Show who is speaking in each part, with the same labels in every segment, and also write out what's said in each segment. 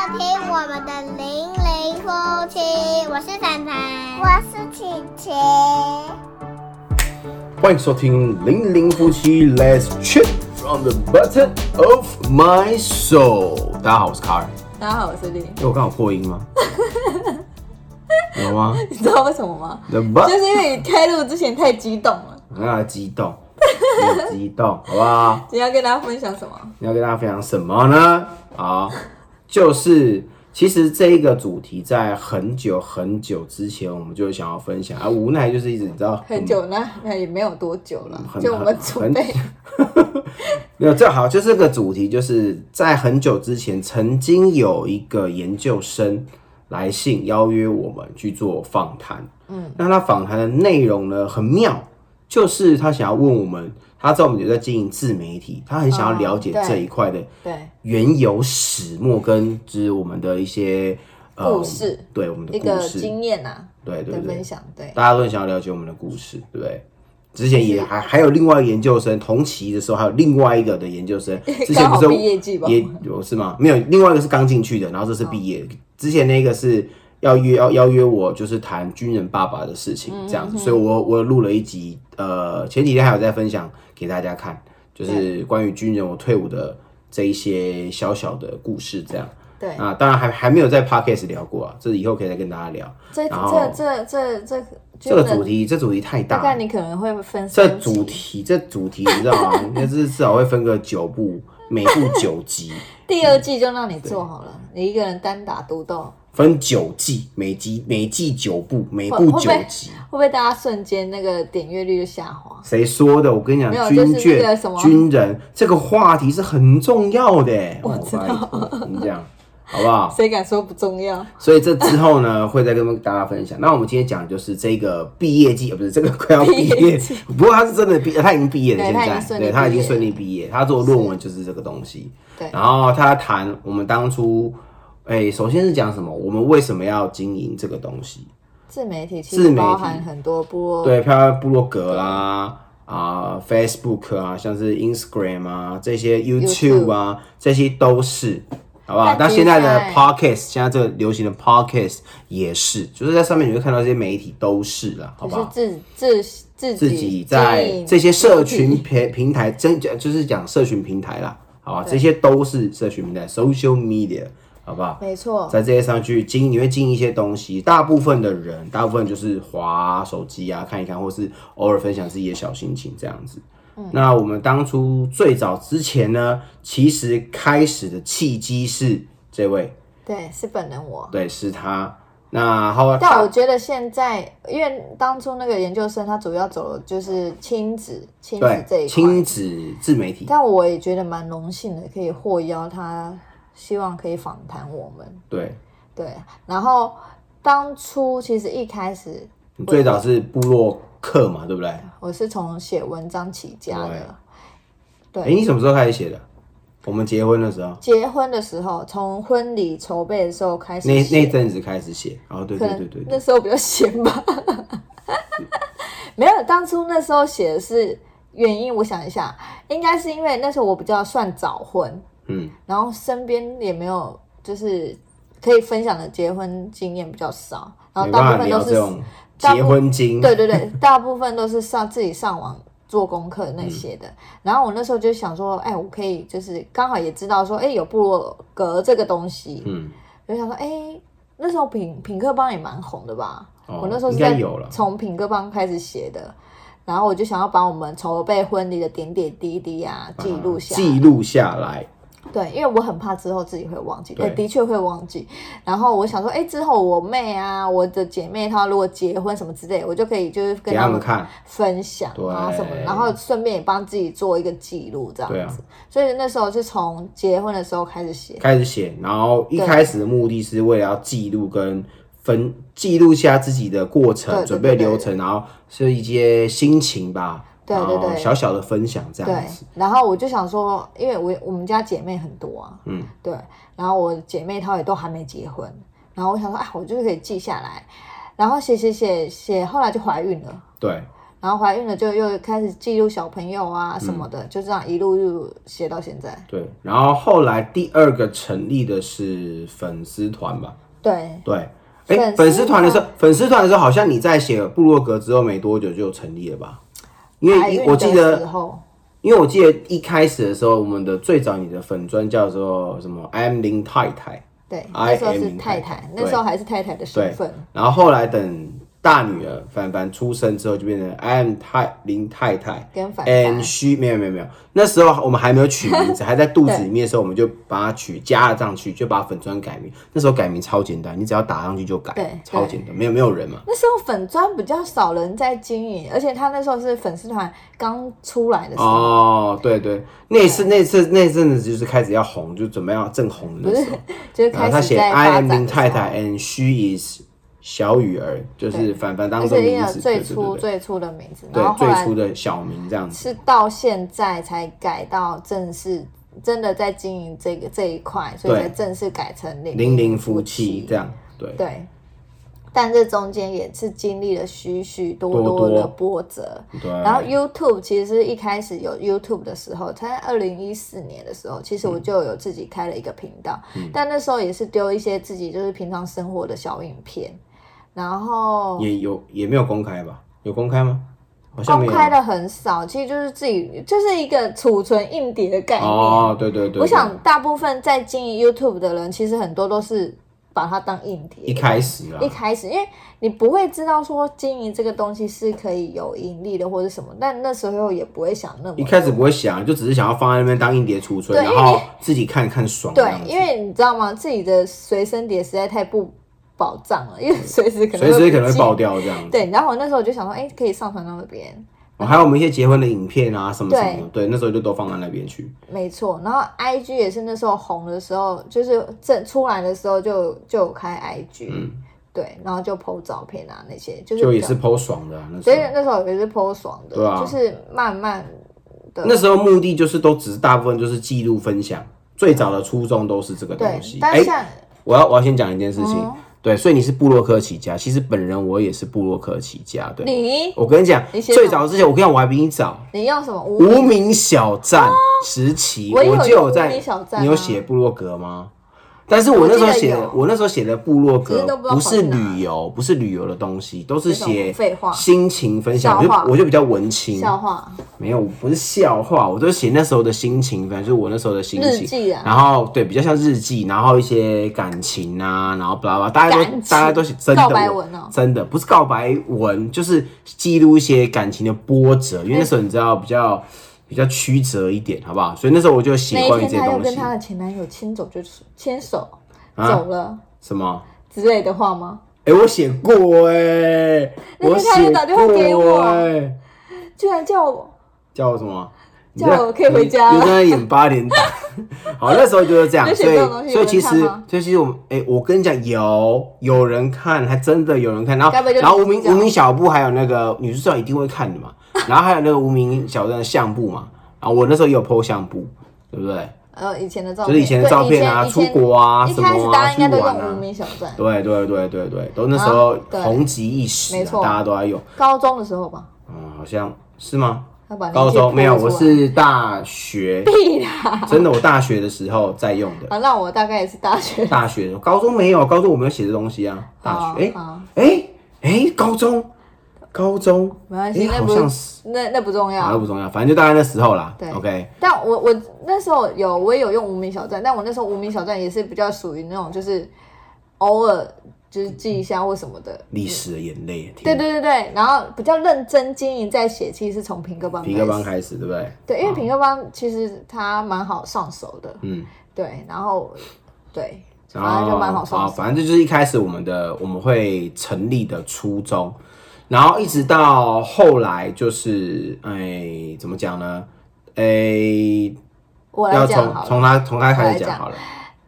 Speaker 1: 我们的零零夫妻，我是凡凡，
Speaker 2: 我是琪琪。
Speaker 3: 欢迎收听《零零夫妻 Let's Chat from the Bottom of My Soul》。大家好，我是卡尔。
Speaker 4: 大家好，我是丽。
Speaker 3: 哎因为我刚好破音吗？ 有吗
Speaker 4: 你知道为什么吗？
Speaker 3: ？The Bot，
Speaker 4: 就是因为你开录之前太激动了。
Speaker 3: 啊，激动，别激动，好不好？
Speaker 4: 今天要跟大家分享什么？
Speaker 3: 你要跟大家分享什么呢？好，就是其实这一个主题在很久很久之前，我们就想要分享，啊，无奈就是一直你知道
Speaker 4: 很久呢，那也没有多久了
Speaker 3: 嗯很，
Speaker 4: 就我们准备
Speaker 3: 没有，正好就是这个主题，就是在很久之前，曾经有一个研究生来信邀约我们去做访谈。嗯，那他访谈的内容呢很妙，就是他想要问我们，他知道我们有在经营自媒体，他很想要了解
Speaker 4: 哦对
Speaker 3: 这一块的
Speaker 4: 对
Speaker 3: 缘由始末，跟就是我们的一些呃
Speaker 4: 故事，
Speaker 3: 对我们的
Speaker 4: 一
Speaker 3: 故
Speaker 4: 个
Speaker 3: 事，
Speaker 4: 经验呐
Speaker 3: 对对
Speaker 4: 的
Speaker 3: 对
Speaker 4: 分，享。对，
Speaker 3: 大家都很想要了解我们的故事，对不对？之前也还还有另外一个研究生，同期的时候还有另外一个的研究 生，之前
Speaker 4: 刚
Speaker 3: 不
Speaker 4: 好
Speaker 3: 是
Speaker 4: 毕业季吧
Speaker 3: 也有是吗？没有，另外一个是刚进去的，然后这是毕业。之前那个是要约要邀约我，就是谈军人爸爸的事情
Speaker 4: 嗯
Speaker 3: 这样子，所以我我录了一集，呃，前几天还有在分享给大家看，就是关于军人我退伍的这一些小小的故事这样。
Speaker 4: 对
Speaker 3: 啊，当然还还没有在 podcast 聊过啊，这以后可以再跟大家聊。
Speaker 4: 这
Speaker 3: 然后
Speaker 4: 这这这这
Speaker 3: 这个主，题这主题太大
Speaker 4: 大
Speaker 3: 了，
Speaker 4: 概你可能会分
Speaker 3: 这
Speaker 4: 三集
Speaker 3: 主题，这主题你知道吗？那是至少会分个九部，每部九 集，
Speaker 4: 第二季就让你做好了，你一个人单打独斗，
Speaker 3: 分九季，每集每季九部，每
Speaker 4: 会
Speaker 3: 部
Speaker 4: 会不
Speaker 3: 九
Speaker 4: 会
Speaker 3: 集。
Speaker 4: 会不会大家瞬间那个点阅率就下滑？
Speaker 3: 谁说的？我跟你讲
Speaker 4: 没，有
Speaker 3: 军
Speaker 4: 就是那
Speaker 3: 眷、
Speaker 4: 个什么
Speaker 3: 军人这个话题是很重要的。我
Speaker 4: 知道
Speaker 3: 你这样好不好？
Speaker 4: 谁敢说不重要？
Speaker 3: 所以这之后呢，会再跟大家分享。那我们今天讲的就是这个毕业季，呃，不是这个快要毕
Speaker 4: 毕
Speaker 3: 业
Speaker 4: 业季，
Speaker 3: 不过他是真的毕，他已经毕业了，
Speaker 4: 对
Speaker 3: 现
Speaker 4: 他已经
Speaker 3: 在对
Speaker 4: 顺利毕业
Speaker 3: 他已经顺利毕业，他做论文就是这个东西。
Speaker 4: 对
Speaker 3: 然后他谈我们当初，哎、首先是讲什么？我们为什么要经营这个东西？
Speaker 4: 自媒体其
Speaker 3: 自
Speaker 4: 实
Speaker 3: 媒体
Speaker 4: 包含很多波，
Speaker 3: 对，漂亮部落格啦。啊、f a c e b o o k 啊，像是 Instagram 啊，这些 YouTube 啊，这些都是，好不好？那
Speaker 4: 但其
Speaker 3: 现
Speaker 4: 实
Speaker 3: 在的
Speaker 4: 在
Speaker 3: Podcast，现在这个流行的 Podcast 也是，就是在上面你会看到这些媒体都是啦，好
Speaker 4: 就
Speaker 3: 不
Speaker 4: 是
Speaker 3: 好？
Speaker 4: 自自自
Speaker 3: 自己在这些社群平平台，真就是讲社群平台啦，好吧？这些都是社群平台，social media，好不好？
Speaker 4: 没错，
Speaker 3: 在这些上去经，你会经营一些东西。大部分的人，大部分就是划手机啊，看一看，或是偶尔分享自己的小心情这样子。
Speaker 4: 嗯
Speaker 3: 那我们当初最早之前呢，其实开始的契机是这位，
Speaker 4: 对，是本人我。
Speaker 3: 对，是他。那后来
Speaker 4: 但我觉得现在，因为当初那个研究生他主要走的就是亲子亲子这
Speaker 3: 对
Speaker 4: 一块
Speaker 3: 亲，子自媒体，
Speaker 4: 但我也觉得蛮荣幸的，可以获邀他，希望可以访谈我们。
Speaker 3: 对
Speaker 4: 对，然后当初其实一开始
Speaker 3: 你最早是部落客嘛，对不对？哎、
Speaker 4: 我是从写文章起家的，对，
Speaker 3: 你什么时候开始写的？我们结婚的时候，
Speaker 4: 结婚的时候，从婚礼筹备的时候开始
Speaker 3: 那
Speaker 4: 写
Speaker 3: 那阵子开始写。哦，对
Speaker 4: 可
Speaker 3: 对
Speaker 4: 能
Speaker 3: 对对对
Speaker 4: 那，时候比较闲吧。 没有，当初那时候写的是原因，我想一下，应该是因为那时候我比较算早婚，
Speaker 3: 嗯，
Speaker 4: 然后身边也没有就是可以分享的结婚经验比较少，然后
Speaker 3: 没
Speaker 4: 啊大
Speaker 3: 办
Speaker 4: 部
Speaker 3: 法
Speaker 4: 分都
Speaker 3: 聊
Speaker 4: 是
Speaker 3: 这种
Speaker 4: 大部
Speaker 3: 结婚经，
Speaker 4: 对对对，大部分都是上自己上网做功课那些
Speaker 3: 嗯
Speaker 4: 的。然后我那时候就想说，哎，我可以就是刚好也知道说，哎，有部落格这个东西，
Speaker 3: 嗯，
Speaker 4: 我就想说，哎、那时候品品客帮也蛮红的吧？
Speaker 3: 哦
Speaker 4: 我那时候是
Speaker 3: 应该
Speaker 4: 在
Speaker 3: 有了
Speaker 4: 从品客帮开始写的，然后我就想要把我们筹备婚礼的点点滴滴啊记录下来。
Speaker 3: 记录下来，
Speaker 4: 对，因为我很怕之后自己会忘记，
Speaker 3: 对
Speaker 4: 对，的确会忘记。然后我想说，哎、之后我妹啊，我的姐妹她如果结婚什么之类，我就可以就是
Speaker 3: 给
Speaker 4: 跟
Speaker 3: 他
Speaker 4: 她
Speaker 3: 们
Speaker 4: 们
Speaker 3: 看。
Speaker 4: 分享啊
Speaker 3: 对
Speaker 4: 什么的，然后顺便也帮自己做一个记录这样
Speaker 3: 对啊
Speaker 4: 子。所以那时候是从结婚的时候开始写，
Speaker 3: 开始写，然后一
Speaker 4: 对
Speaker 3: 开始的目的是为了要记录跟分记录下自己的过程、
Speaker 4: 对对
Speaker 3: 准备
Speaker 4: 对对
Speaker 3: 流程，然后是一些心情吧，
Speaker 4: 对对
Speaker 3: 然后
Speaker 4: 对
Speaker 3: 小小的分享这
Speaker 4: 对
Speaker 3: 样子，，
Speaker 4: 然后我就想说，因为我我们家姐妹很多啊，
Speaker 3: 嗯，
Speaker 4: 对，然后我姐妹她也都还没结婚，然后我想说，啊，我就是可以记下来，然后写写写写，后来就怀孕了，
Speaker 3: 对，
Speaker 4: 然后怀孕了就又开始记录小朋友啊什么的，
Speaker 3: 嗯
Speaker 4: 就这样一路又写到现在。
Speaker 3: 对，然后后来第二个成立的是粉丝团吧？
Speaker 4: 对，
Speaker 3: 对，哎，
Speaker 4: 粉
Speaker 3: 粉
Speaker 4: 丝
Speaker 3: 丝
Speaker 4: 团
Speaker 3: 团的时候，粉丝团的时候，好像你在写部落格之后没多久就成立了吧？因
Speaker 4: 怀
Speaker 3: 为
Speaker 4: 孕
Speaker 3: 我记
Speaker 4: 的时
Speaker 3: 得，
Speaker 4: 候，
Speaker 3: 因为我记得一开始的时候，我们的最早你的粉专叫做什么 “I'm 林太太
Speaker 4: 对，
Speaker 3: I
Speaker 4: 那时候
Speaker 3: am
Speaker 4: 是
Speaker 3: 林
Speaker 4: 太
Speaker 3: 太太
Speaker 4: 太，那时候还是太太的”，身
Speaker 3: 对
Speaker 4: 份。，
Speaker 3: 然后后来等大女儿凡凡出生之后，就变成 “I'm 太林太太”
Speaker 4: 跟凡凡
Speaker 3: and she 没有没有没有，那时候我们还没有取名字，还在肚子里面的时候，我们就把它取加了上去，就把粉专改名。那时候改名超简单，你只要打上去就
Speaker 4: 对
Speaker 3: 改，超简单，没有没有人嘛。
Speaker 4: 那时候粉砖比较少人在经营，而且他那时候是粉丝团刚出来的时候，
Speaker 3: 哦，对对，那一次那一次那一阵子就是开始要红，就准备要正红的那时候，
Speaker 4: 就是
Speaker 3: 然后
Speaker 4: 开
Speaker 3: 他
Speaker 4: 始
Speaker 3: 写
Speaker 4: 在
Speaker 3: I
Speaker 4: 发
Speaker 3: am
Speaker 4: 展
Speaker 3: 林
Speaker 4: 的时候
Speaker 3: 太太，and she is 小雨儿，就是凡凡当
Speaker 4: 那
Speaker 3: 中
Speaker 4: 是
Speaker 3: 的
Speaker 4: 一
Speaker 3: 名
Speaker 4: 个
Speaker 3: 字，
Speaker 4: 最
Speaker 3: 对对
Speaker 4: 初
Speaker 3: 对对
Speaker 4: 最初的名字，然后
Speaker 3: 对
Speaker 4: 后
Speaker 3: 最
Speaker 4: 来
Speaker 3: 初的小名这样子。
Speaker 4: 是到现在才改到正式，真的在经营这个这一块，所以
Speaker 3: 对
Speaker 4: 才正式改成零
Speaker 3: 零零夫妻这样，对
Speaker 4: 对。但这中间也是经历了许许多
Speaker 3: 多
Speaker 4: 多
Speaker 3: 多
Speaker 4: 的波折，
Speaker 3: 对。
Speaker 4: 然后 YouTube 其实一开始有 YouTube 的时候，在二零一四年的时候，其
Speaker 3: 嗯
Speaker 4: 实我就有自己开了一个频道，但那时候也是丢一些自己就是平常生活的小影片，然后
Speaker 3: 也有也没有公开吧？有公开吗？好像没
Speaker 4: 公
Speaker 3: 有。
Speaker 4: 开的很少，其实就是自己就是一个储存硬碟的概念。
Speaker 3: 哦，对对对，对
Speaker 4: 我想大部分在经营 YouTube 的人，其实很多都是把它当硬碟
Speaker 3: 一开始啊
Speaker 4: 一，开始，因为你不会知道说经营这个东西是可以有盈利的或者什么，但那时候也不会想那么
Speaker 3: 一开始不会想，就只是想要放在那边当硬碟储存，
Speaker 4: 对
Speaker 3: 然
Speaker 4: 因为
Speaker 3: 后自己看看爽这
Speaker 4: 对
Speaker 3: 样，子。
Speaker 4: 因为你知道吗？自己的随身碟实在太不保障了，因 为随时可能
Speaker 3: 随时可能会
Speaker 4: 不
Speaker 3: 爆
Speaker 4: 见。
Speaker 3: 掉这样子。
Speaker 4: 对，然后我那时候就想说，哎、可以上传到那边，
Speaker 3: 哦还有我们一些结婚的影片啊，什么什么的，对，那时候就都放在那边去。
Speaker 4: 没错，然后 I G 也是那时候红的时候，就是正出来的时候就就有开 I G，、对，然后就 PO 照片啊那些，就
Speaker 3: 嗯
Speaker 4: 是
Speaker 3: 就
Speaker 4: 比
Speaker 3: 也
Speaker 4: 较
Speaker 3: 是剖爽的啊、那时
Speaker 4: 所以
Speaker 3: 候。
Speaker 4: 那时候也是 PO 爽的，
Speaker 3: 对啊
Speaker 4: 就是慢慢的
Speaker 3: 那时候目的就是都只是大部分就是记录分享，最早的初衷都是这个
Speaker 4: 对
Speaker 3: 东西。，
Speaker 4: 但
Speaker 3: 哎、
Speaker 4: 是像、嗯
Speaker 3: 我要我要先讲一件事情，对，所以你是部落客起家，其实本人我也是部落客起家，对。
Speaker 4: 你
Speaker 3: 我跟你讲，
Speaker 4: 你先讲
Speaker 3: 最早之前我跟你讲，我还比你早。
Speaker 4: 你用什么无
Speaker 3: 无名小站时期，
Speaker 4: 我也有
Speaker 3: 就
Speaker 4: 无
Speaker 3: 有在
Speaker 4: 名小站啊
Speaker 3: 你有写部落格吗？但是我那时候写
Speaker 4: 我记得
Speaker 3: 的
Speaker 4: 有，
Speaker 3: 我那时候写的部落
Speaker 4: 只是
Speaker 3: 格
Speaker 4: 都不知道
Speaker 3: 不
Speaker 4: 跑去
Speaker 3: 是
Speaker 4: 哪
Speaker 3: 旅游，不是旅游的东西，都是
Speaker 4: 那种
Speaker 3: 写
Speaker 4: 废话
Speaker 3: 心情分享。我
Speaker 4: 笑话
Speaker 3: 就我就比较文青，
Speaker 4: 笑话，
Speaker 3: 没有，不是笑话，我都写那时候的心情，反正就是我那时候的心情。
Speaker 4: 日记啊
Speaker 3: 然后对，比较像日记，然后一些感情啊，然后巴拉巴拉，大家都
Speaker 4: 感情
Speaker 3: 大家都写真的
Speaker 4: 告白文哦
Speaker 3: 真的不是告白文，就是记录一些感情的波折，因为那时候你知道比较比较曲折一点，好不好？所以那时候我就写
Speaker 4: 那一
Speaker 3: 关于这些
Speaker 4: 天他又
Speaker 3: 东
Speaker 4: 跟
Speaker 3: 西，
Speaker 4: 他的前男友牵走就牵手、
Speaker 3: 啊
Speaker 4: 走了
Speaker 3: 什么。
Speaker 4: 之类的话吗？
Speaker 3: 哎、我写过哎、
Speaker 4: 那
Speaker 3: 我
Speaker 4: 天他
Speaker 3: 写
Speaker 4: 又打电话给我
Speaker 3: 过哎、
Speaker 4: 居然叫我
Speaker 3: 叫我什么？你
Speaker 4: 叫我可以回家
Speaker 3: 你你在那演八点 档。好，那时候就是这样
Speaker 4: 你，写
Speaker 3: 所
Speaker 4: 这种东西
Speaker 3: 以所以其
Speaker 4: 有
Speaker 3: 实
Speaker 4: 人看吗，
Speaker 3: 所以其实我们，哎、我跟你讲，有有人看，还真的有人看。然后
Speaker 4: 该不会就是
Speaker 3: 然后无
Speaker 4: 你
Speaker 3: 名
Speaker 4: 讲
Speaker 3: 无名小部还有那个女主角一定会看的 嘛，然后还有那个无名小站的相簿嘛。然后我那时候也有 PO 相簿，对不对？
Speaker 4: 呃以前的照片，
Speaker 3: 就是以前的照片啊
Speaker 4: 对以前以前
Speaker 3: 出国啊
Speaker 4: 一
Speaker 3: 什么啊
Speaker 4: 开始大家应该都
Speaker 3: 去玩啊
Speaker 4: 用无名小站，
Speaker 3: 对对对对对，都那时候
Speaker 4: 啊对
Speaker 3: 红极一时、
Speaker 4: 没
Speaker 3: 啊
Speaker 4: 错，
Speaker 3: 大家都在用。
Speaker 4: 高中的时候吧，
Speaker 3: 嗯，好像是吗？
Speaker 4: 要把
Speaker 3: 高
Speaker 4: 年纪
Speaker 3: 中没有，
Speaker 4: 暴露
Speaker 3: 我
Speaker 4: 出来
Speaker 3: 是大学，
Speaker 4: 屁啦，
Speaker 3: 真的，我大学的时候在用 的。
Speaker 4: 啊，那我大概也是大学，
Speaker 3: 大学的时候，高中没有，高中我没有写这东西啊。
Speaker 4: 哦
Speaker 3: 大学，
Speaker 4: 好好
Speaker 3: 哎哎哎，高中，高中，
Speaker 4: 没关系，
Speaker 3: 哎
Speaker 4: 那
Speaker 3: 好
Speaker 4: 不
Speaker 3: 像是，
Speaker 4: 那那不重
Speaker 3: 好像
Speaker 4: 要。
Speaker 3: 不重要，反正就大概那时候啦
Speaker 4: 对。
Speaker 3: OK，
Speaker 4: 但我我那时候有我也有用无名小站，但我那时候无名小站也是比较属于那种就是偶尔就是记一下或什么的。
Speaker 3: 历史的眼泪，
Speaker 4: 对
Speaker 3: 天
Speaker 4: 对对对，然后比较认真经营再写，其实是从平哥帮
Speaker 3: 皮克
Speaker 4: 始
Speaker 3: 邦开始，对不对？
Speaker 4: 对，因为品客帮其实它蛮好上手的，
Speaker 3: 嗯，
Speaker 4: 对，然后对，
Speaker 3: 然
Speaker 4: 反正
Speaker 3: 后
Speaker 4: 就蛮好上
Speaker 3: 啊
Speaker 4: 手。
Speaker 3: 反正这就是一开始我们的我们会成立的初衷，然后一直到后来就是，哎、怎么讲呢？哎、
Speaker 4: 我来
Speaker 3: 要
Speaker 4: 讲
Speaker 3: 从
Speaker 4: 好了，
Speaker 3: 从他从他开始
Speaker 4: 我来讲
Speaker 3: 讲好了。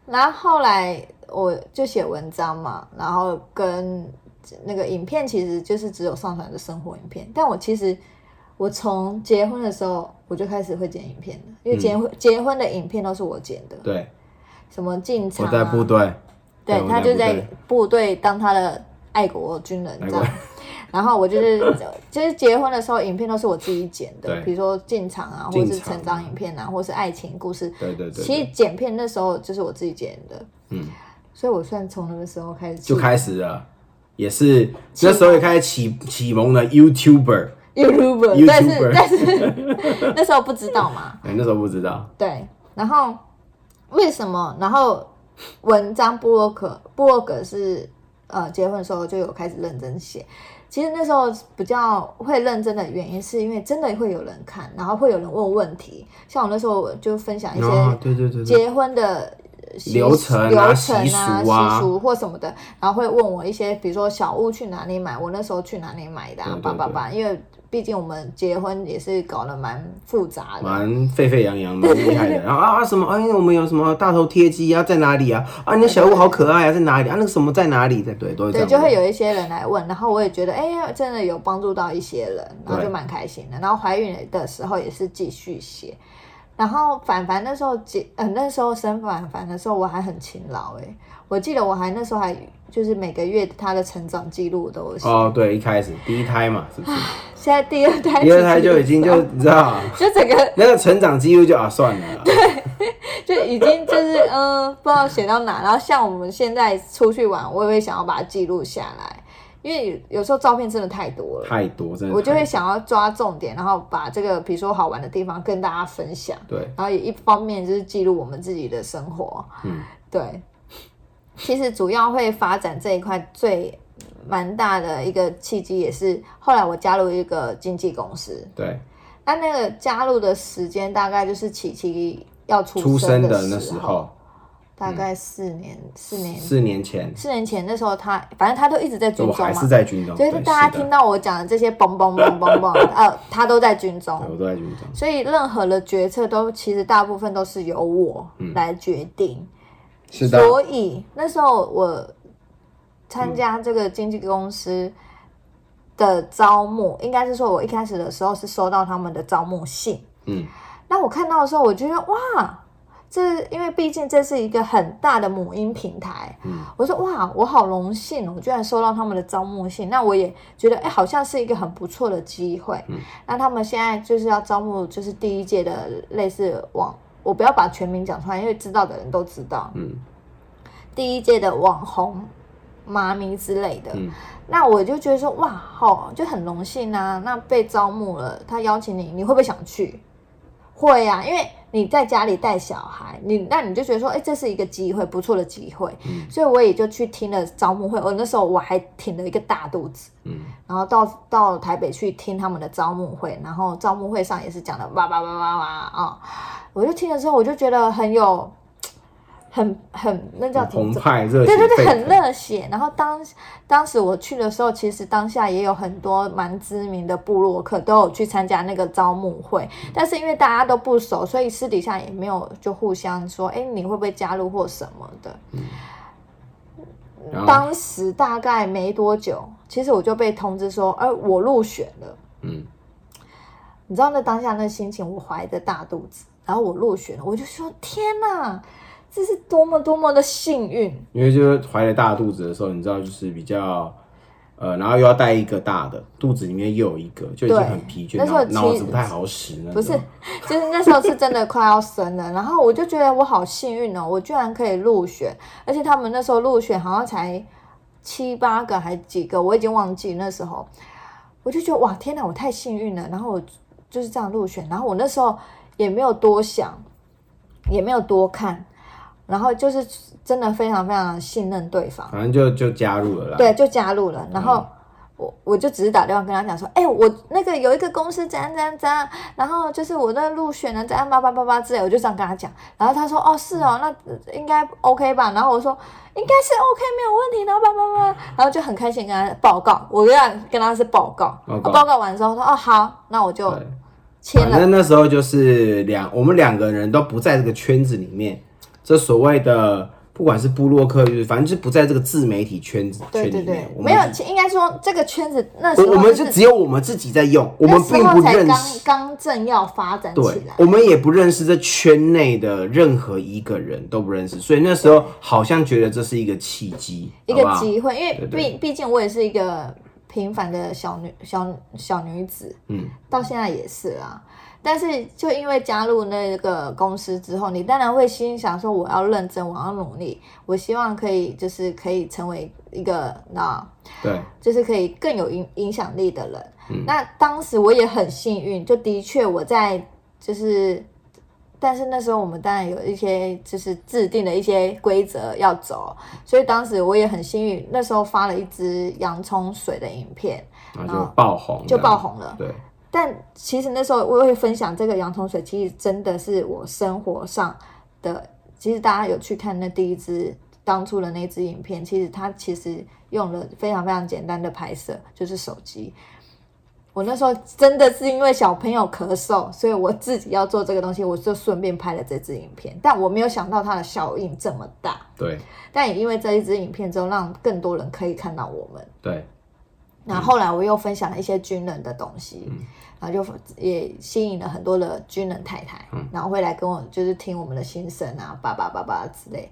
Speaker 4: 然后后来我就写文章嘛，然后跟那个影片其实就是只有上传的生活影片，但我其实我从结婚的时候我就开始会剪影片了，因为
Speaker 3: 嗯
Speaker 4: 结婚、结婚的影片都是我剪的，
Speaker 3: 对，
Speaker 4: 什么进场、
Speaker 3: 我
Speaker 4: 啊，
Speaker 3: 在部队，
Speaker 4: 对
Speaker 3: 对我
Speaker 4: 他
Speaker 3: 在
Speaker 4: 就
Speaker 3: 部
Speaker 4: 在
Speaker 3: 队
Speaker 4: 部队当他的爱国军人这
Speaker 3: 爱国
Speaker 4: 样。然后我就是就是结婚的时候，影片都是我自己剪的
Speaker 3: 对，
Speaker 4: 比如说进场啊，或
Speaker 3: 进
Speaker 4: 是
Speaker 3: 场
Speaker 4: 成长影片啊，或是爱情故事。
Speaker 3: 对对对，
Speaker 4: 其实
Speaker 3: 对
Speaker 4: 剪片那时候就是我自己剪的，
Speaker 3: 嗯，
Speaker 4: 所以我算从那个时候开始
Speaker 3: 就
Speaker 4: 起
Speaker 3: 开始了，也是那时候也开始启启蒙了 YouTuber，
Speaker 4: YouTuber，但是
Speaker 3: YouTuber
Speaker 4: 但是 那时候不知道嘛，
Speaker 3: 哎、那时候不知道，
Speaker 4: 对，然后为什么？然后文章布洛克布洛克是呃结婚的时候就有开始认真写。其实那时候比较会认真的原因，是因为真的会有人看，然后会有人问问题。像我那时候我就分享一
Speaker 3: 哦
Speaker 4: 些
Speaker 3: 对对对对
Speaker 4: 结婚的习
Speaker 3: 流程啊
Speaker 4: 流程啊、
Speaker 3: 习俗啊
Speaker 4: 习俗或什么的，然后会问我一些，比如说小物去哪里买，我那时候去哪里买的、啊
Speaker 3: 对对，
Speaker 4: 叭叭
Speaker 3: 对
Speaker 4: 叭。因为毕竟我们结婚也是搞得蛮复杂的，
Speaker 3: 蛮沸沸扬扬，蛮厉害的。然后啊啊什么，哎，我们有什么大头贴机啊，在哪里啊？啊，你的小物好可爱啊，在哪里啊？那个什么在哪里？对对，都会这
Speaker 4: 对，
Speaker 3: 样。
Speaker 4: 就会有一些人来问，然后我也觉得，哎、呀，真的有帮助到一些人，然后就蛮开心的。然后怀孕的时候也是继续写，然后凡凡那时候结，呃，那时候生凡凡的时候我还很勤劳，哎，我记得我还那时候还就是每个月他的成长记录都有写。
Speaker 3: 哦，对，一开始第一胎嘛，是不 是？
Speaker 4: 现在第二胎，
Speaker 3: 第二胎就已经 就你知道，
Speaker 4: 就整个
Speaker 3: 那个成长记录就啊算了啦，
Speaker 4: 就已经就是嗯，不知道写到哪。然后像我们现在出去玩，我也会想要把它记录下来，因为有有时候照片真的太多了。
Speaker 3: 太多真的太多。
Speaker 4: 我就会想要抓重点，然后把这个比如说好玩的地方跟大家分享，
Speaker 3: 对，
Speaker 4: 然后也一方面就是记录我们自己的生活。
Speaker 3: 嗯，
Speaker 4: 对，其实主要会发展这一块最蛮大的一个契机，也是后来我加入一个经纪公司，
Speaker 3: 对，
Speaker 4: 那那个加入的时间大概就是琪琪要
Speaker 3: 出
Speaker 4: 出
Speaker 3: 生
Speaker 4: 生
Speaker 3: 的那
Speaker 4: 时
Speaker 3: 时，候，嗯
Speaker 4: 大概四年、四年、
Speaker 3: 四年前，
Speaker 4: 四年前那时候他，反正他都一直在
Speaker 3: 就
Speaker 4: 军
Speaker 3: 我
Speaker 4: 中
Speaker 3: 还
Speaker 4: 嘛
Speaker 3: 是。在军中，
Speaker 4: 所
Speaker 3: 对，
Speaker 4: 以
Speaker 3: 是
Speaker 4: 大家
Speaker 3: 的
Speaker 4: 听到我讲的这些嘣嘣嘣 嘣嘣，呃，他都在军中
Speaker 3: 对，我都在军中，
Speaker 4: 所以任何的决策都其实大部分都是由我
Speaker 3: 嗯
Speaker 4: 来决定。
Speaker 3: 是的，
Speaker 4: 所以那时候我参加这个经纪公司的招募，应该是说我一开始的时候是收到他们的招募信，
Speaker 3: 嗯，
Speaker 4: 那我看到的时候，我觉得哇，这因为毕竟这是一个很大的母婴平台，
Speaker 3: 嗯，
Speaker 4: 我说哇，我好荣幸哦，我居然收到他们的招募信，那我也觉得哎，好像是一个很不错的机会。
Speaker 3: 嗯，
Speaker 4: 那他们现在就是要招募，就是第一届的类似网，我不要把全名讲出来，因为知道的人都知道，
Speaker 3: 嗯，
Speaker 4: 第一届的网红。妈咪之类的，
Speaker 3: 嗯
Speaker 4: 那我就觉得说哇，好，就很荣幸啊。那被招募了，他邀请你，你会不会想去？会啊，因为你在家里带小孩，你那你就觉得说，哎、这是一个机会，不错的机会，
Speaker 3: 嗯
Speaker 4: 所以我也就去听了招募会。我哦那时候我还挺了一个大肚子，
Speaker 3: 嗯，
Speaker 4: 然后到到台北去听他们的招募会，然后招募会上也是讲的哇哇哇哇哇啊，我就听了之后，我就觉得很有，很很那叫
Speaker 3: 很
Speaker 4: 什么
Speaker 3: 嗯澎湃热血
Speaker 4: 对
Speaker 3: 沸腾，
Speaker 4: 对对，很热血。然后当当时我去的时候，其实当下也有很多蛮知名的部落客都有去参加那个招募会，
Speaker 3: 嗯
Speaker 4: 但是因为大家都不熟，所以私底下也没有就互相说，哎，你会不会加入或什么的。
Speaker 3: 然后
Speaker 4: 当时大概没多久，其实我就被通知说，哎、我入选了。
Speaker 3: 嗯，
Speaker 4: 你知道那当下那心情，我怀着大肚子，然后我入选了，我就说天哪，这是多么多么的幸运。
Speaker 3: 因为就是怀着大肚子的时候，你知道就是比较。呃，然后又要带一个大的，肚子里面又有一个，就已经
Speaker 4: 对
Speaker 3: 很疲倦，
Speaker 4: 那时候
Speaker 3: 脑脑
Speaker 4: 其
Speaker 3: 子不太好使那种。
Speaker 4: 不是， 就是那时候是真的快要生了，然后我就觉得我好幸运哦，我居然可以入选，而且他们那时候入选好像才七八个还几个，我已经忘记那时候，我就觉得哇天哪，我太幸运了，然后我就是这样入选，然后我那时候也没有多想，也没有多看，然后就是真的非常非常信任对方，
Speaker 3: 反正就就加入了啦。
Speaker 4: 对，就加入了。然
Speaker 3: 嗯
Speaker 4: 后我我就只是打电话跟他讲说，哎、我那个有一个公司怎样怎样怎样，然后就是我那入选了怎样叭叭叭叭之类，我就这样跟他讲。然后他说，哦，是哦，那
Speaker 3: 嗯
Speaker 4: 呃应该 OK 吧？然后我说应该是 OK 没有问题，然后叭叭叭，然后就很开心跟他报告，我跟他跟他是报告，
Speaker 3: 报
Speaker 4: 啊
Speaker 3: 告
Speaker 4: 报告完之后说，哦好，那我就
Speaker 3: 对
Speaker 4: 签
Speaker 3: 反
Speaker 4: 了。
Speaker 3: 正那时候就是两，我们两个人都不在这个圈子里面，这所谓的不管是布洛克，就是反正就是不在这个自媒体圈子圈
Speaker 4: 对
Speaker 3: 里
Speaker 4: 对
Speaker 3: 面。
Speaker 4: 对，
Speaker 3: 我
Speaker 4: 没
Speaker 3: 们
Speaker 4: 有，其应该说这个圈子那时
Speaker 3: 我
Speaker 4: 候
Speaker 3: 我们就
Speaker 4: 就
Speaker 3: 是只有我们自己在用，我们
Speaker 4: 那时
Speaker 3: 并
Speaker 4: 候
Speaker 3: 不
Speaker 4: 才
Speaker 3: 认
Speaker 4: 刚
Speaker 3: 识，
Speaker 4: 刚正要发展起
Speaker 3: 对
Speaker 4: 来，，
Speaker 3: 我们也不认识这圈内的任何一个人都不认识，所以那时候好像觉得这是一个契机，
Speaker 4: 一
Speaker 3: 好不
Speaker 4: 个
Speaker 3: 好
Speaker 4: 机会，因为
Speaker 3: 对对
Speaker 4: 毕毕竟我也是一个平凡的小女小小女子，
Speaker 3: 嗯，
Speaker 4: 到现在也是啦。但是就因为加入那个公司之后，你当然会心想说，我要认真，我要努力，我希望可以就是可以成为一个那
Speaker 3: 对，
Speaker 4: 就是可以更有影影响力的人。
Speaker 3: 嗯
Speaker 4: 那当时我也很幸运，就的确我在就是，但是那时候我们当然有一些就是制定的一些规则要走，所以当时我也很幸运，那时候发了一支洋葱水的影片
Speaker 3: 然后
Speaker 4: 然
Speaker 3: 就
Speaker 4: 后
Speaker 3: 爆红，
Speaker 4: 嗯就爆，红了。
Speaker 3: 对，
Speaker 4: 但其实那时候我会分享这个洋葱水，其实真的是我生活上的。其实大家有去看那第一支当初的那支影片，其实它其实用了非常非常简单的拍摄，就是手机。我那时候真的是因为小朋友咳嗽，所以我自己要做这个东西，我就顺便拍了这支影片。但我没有想到它的效应这么大，
Speaker 3: 对，
Speaker 4: 但也因为这一支影片之后，让更多人可以看到我们。
Speaker 3: 对，嗯
Speaker 4: 那后来我又分享了一些军人的东西，然后就也吸引了很多的军人太太，
Speaker 3: 嗯
Speaker 4: 然后会来跟我就是听我们的心声啊，叭叭叭叭之类。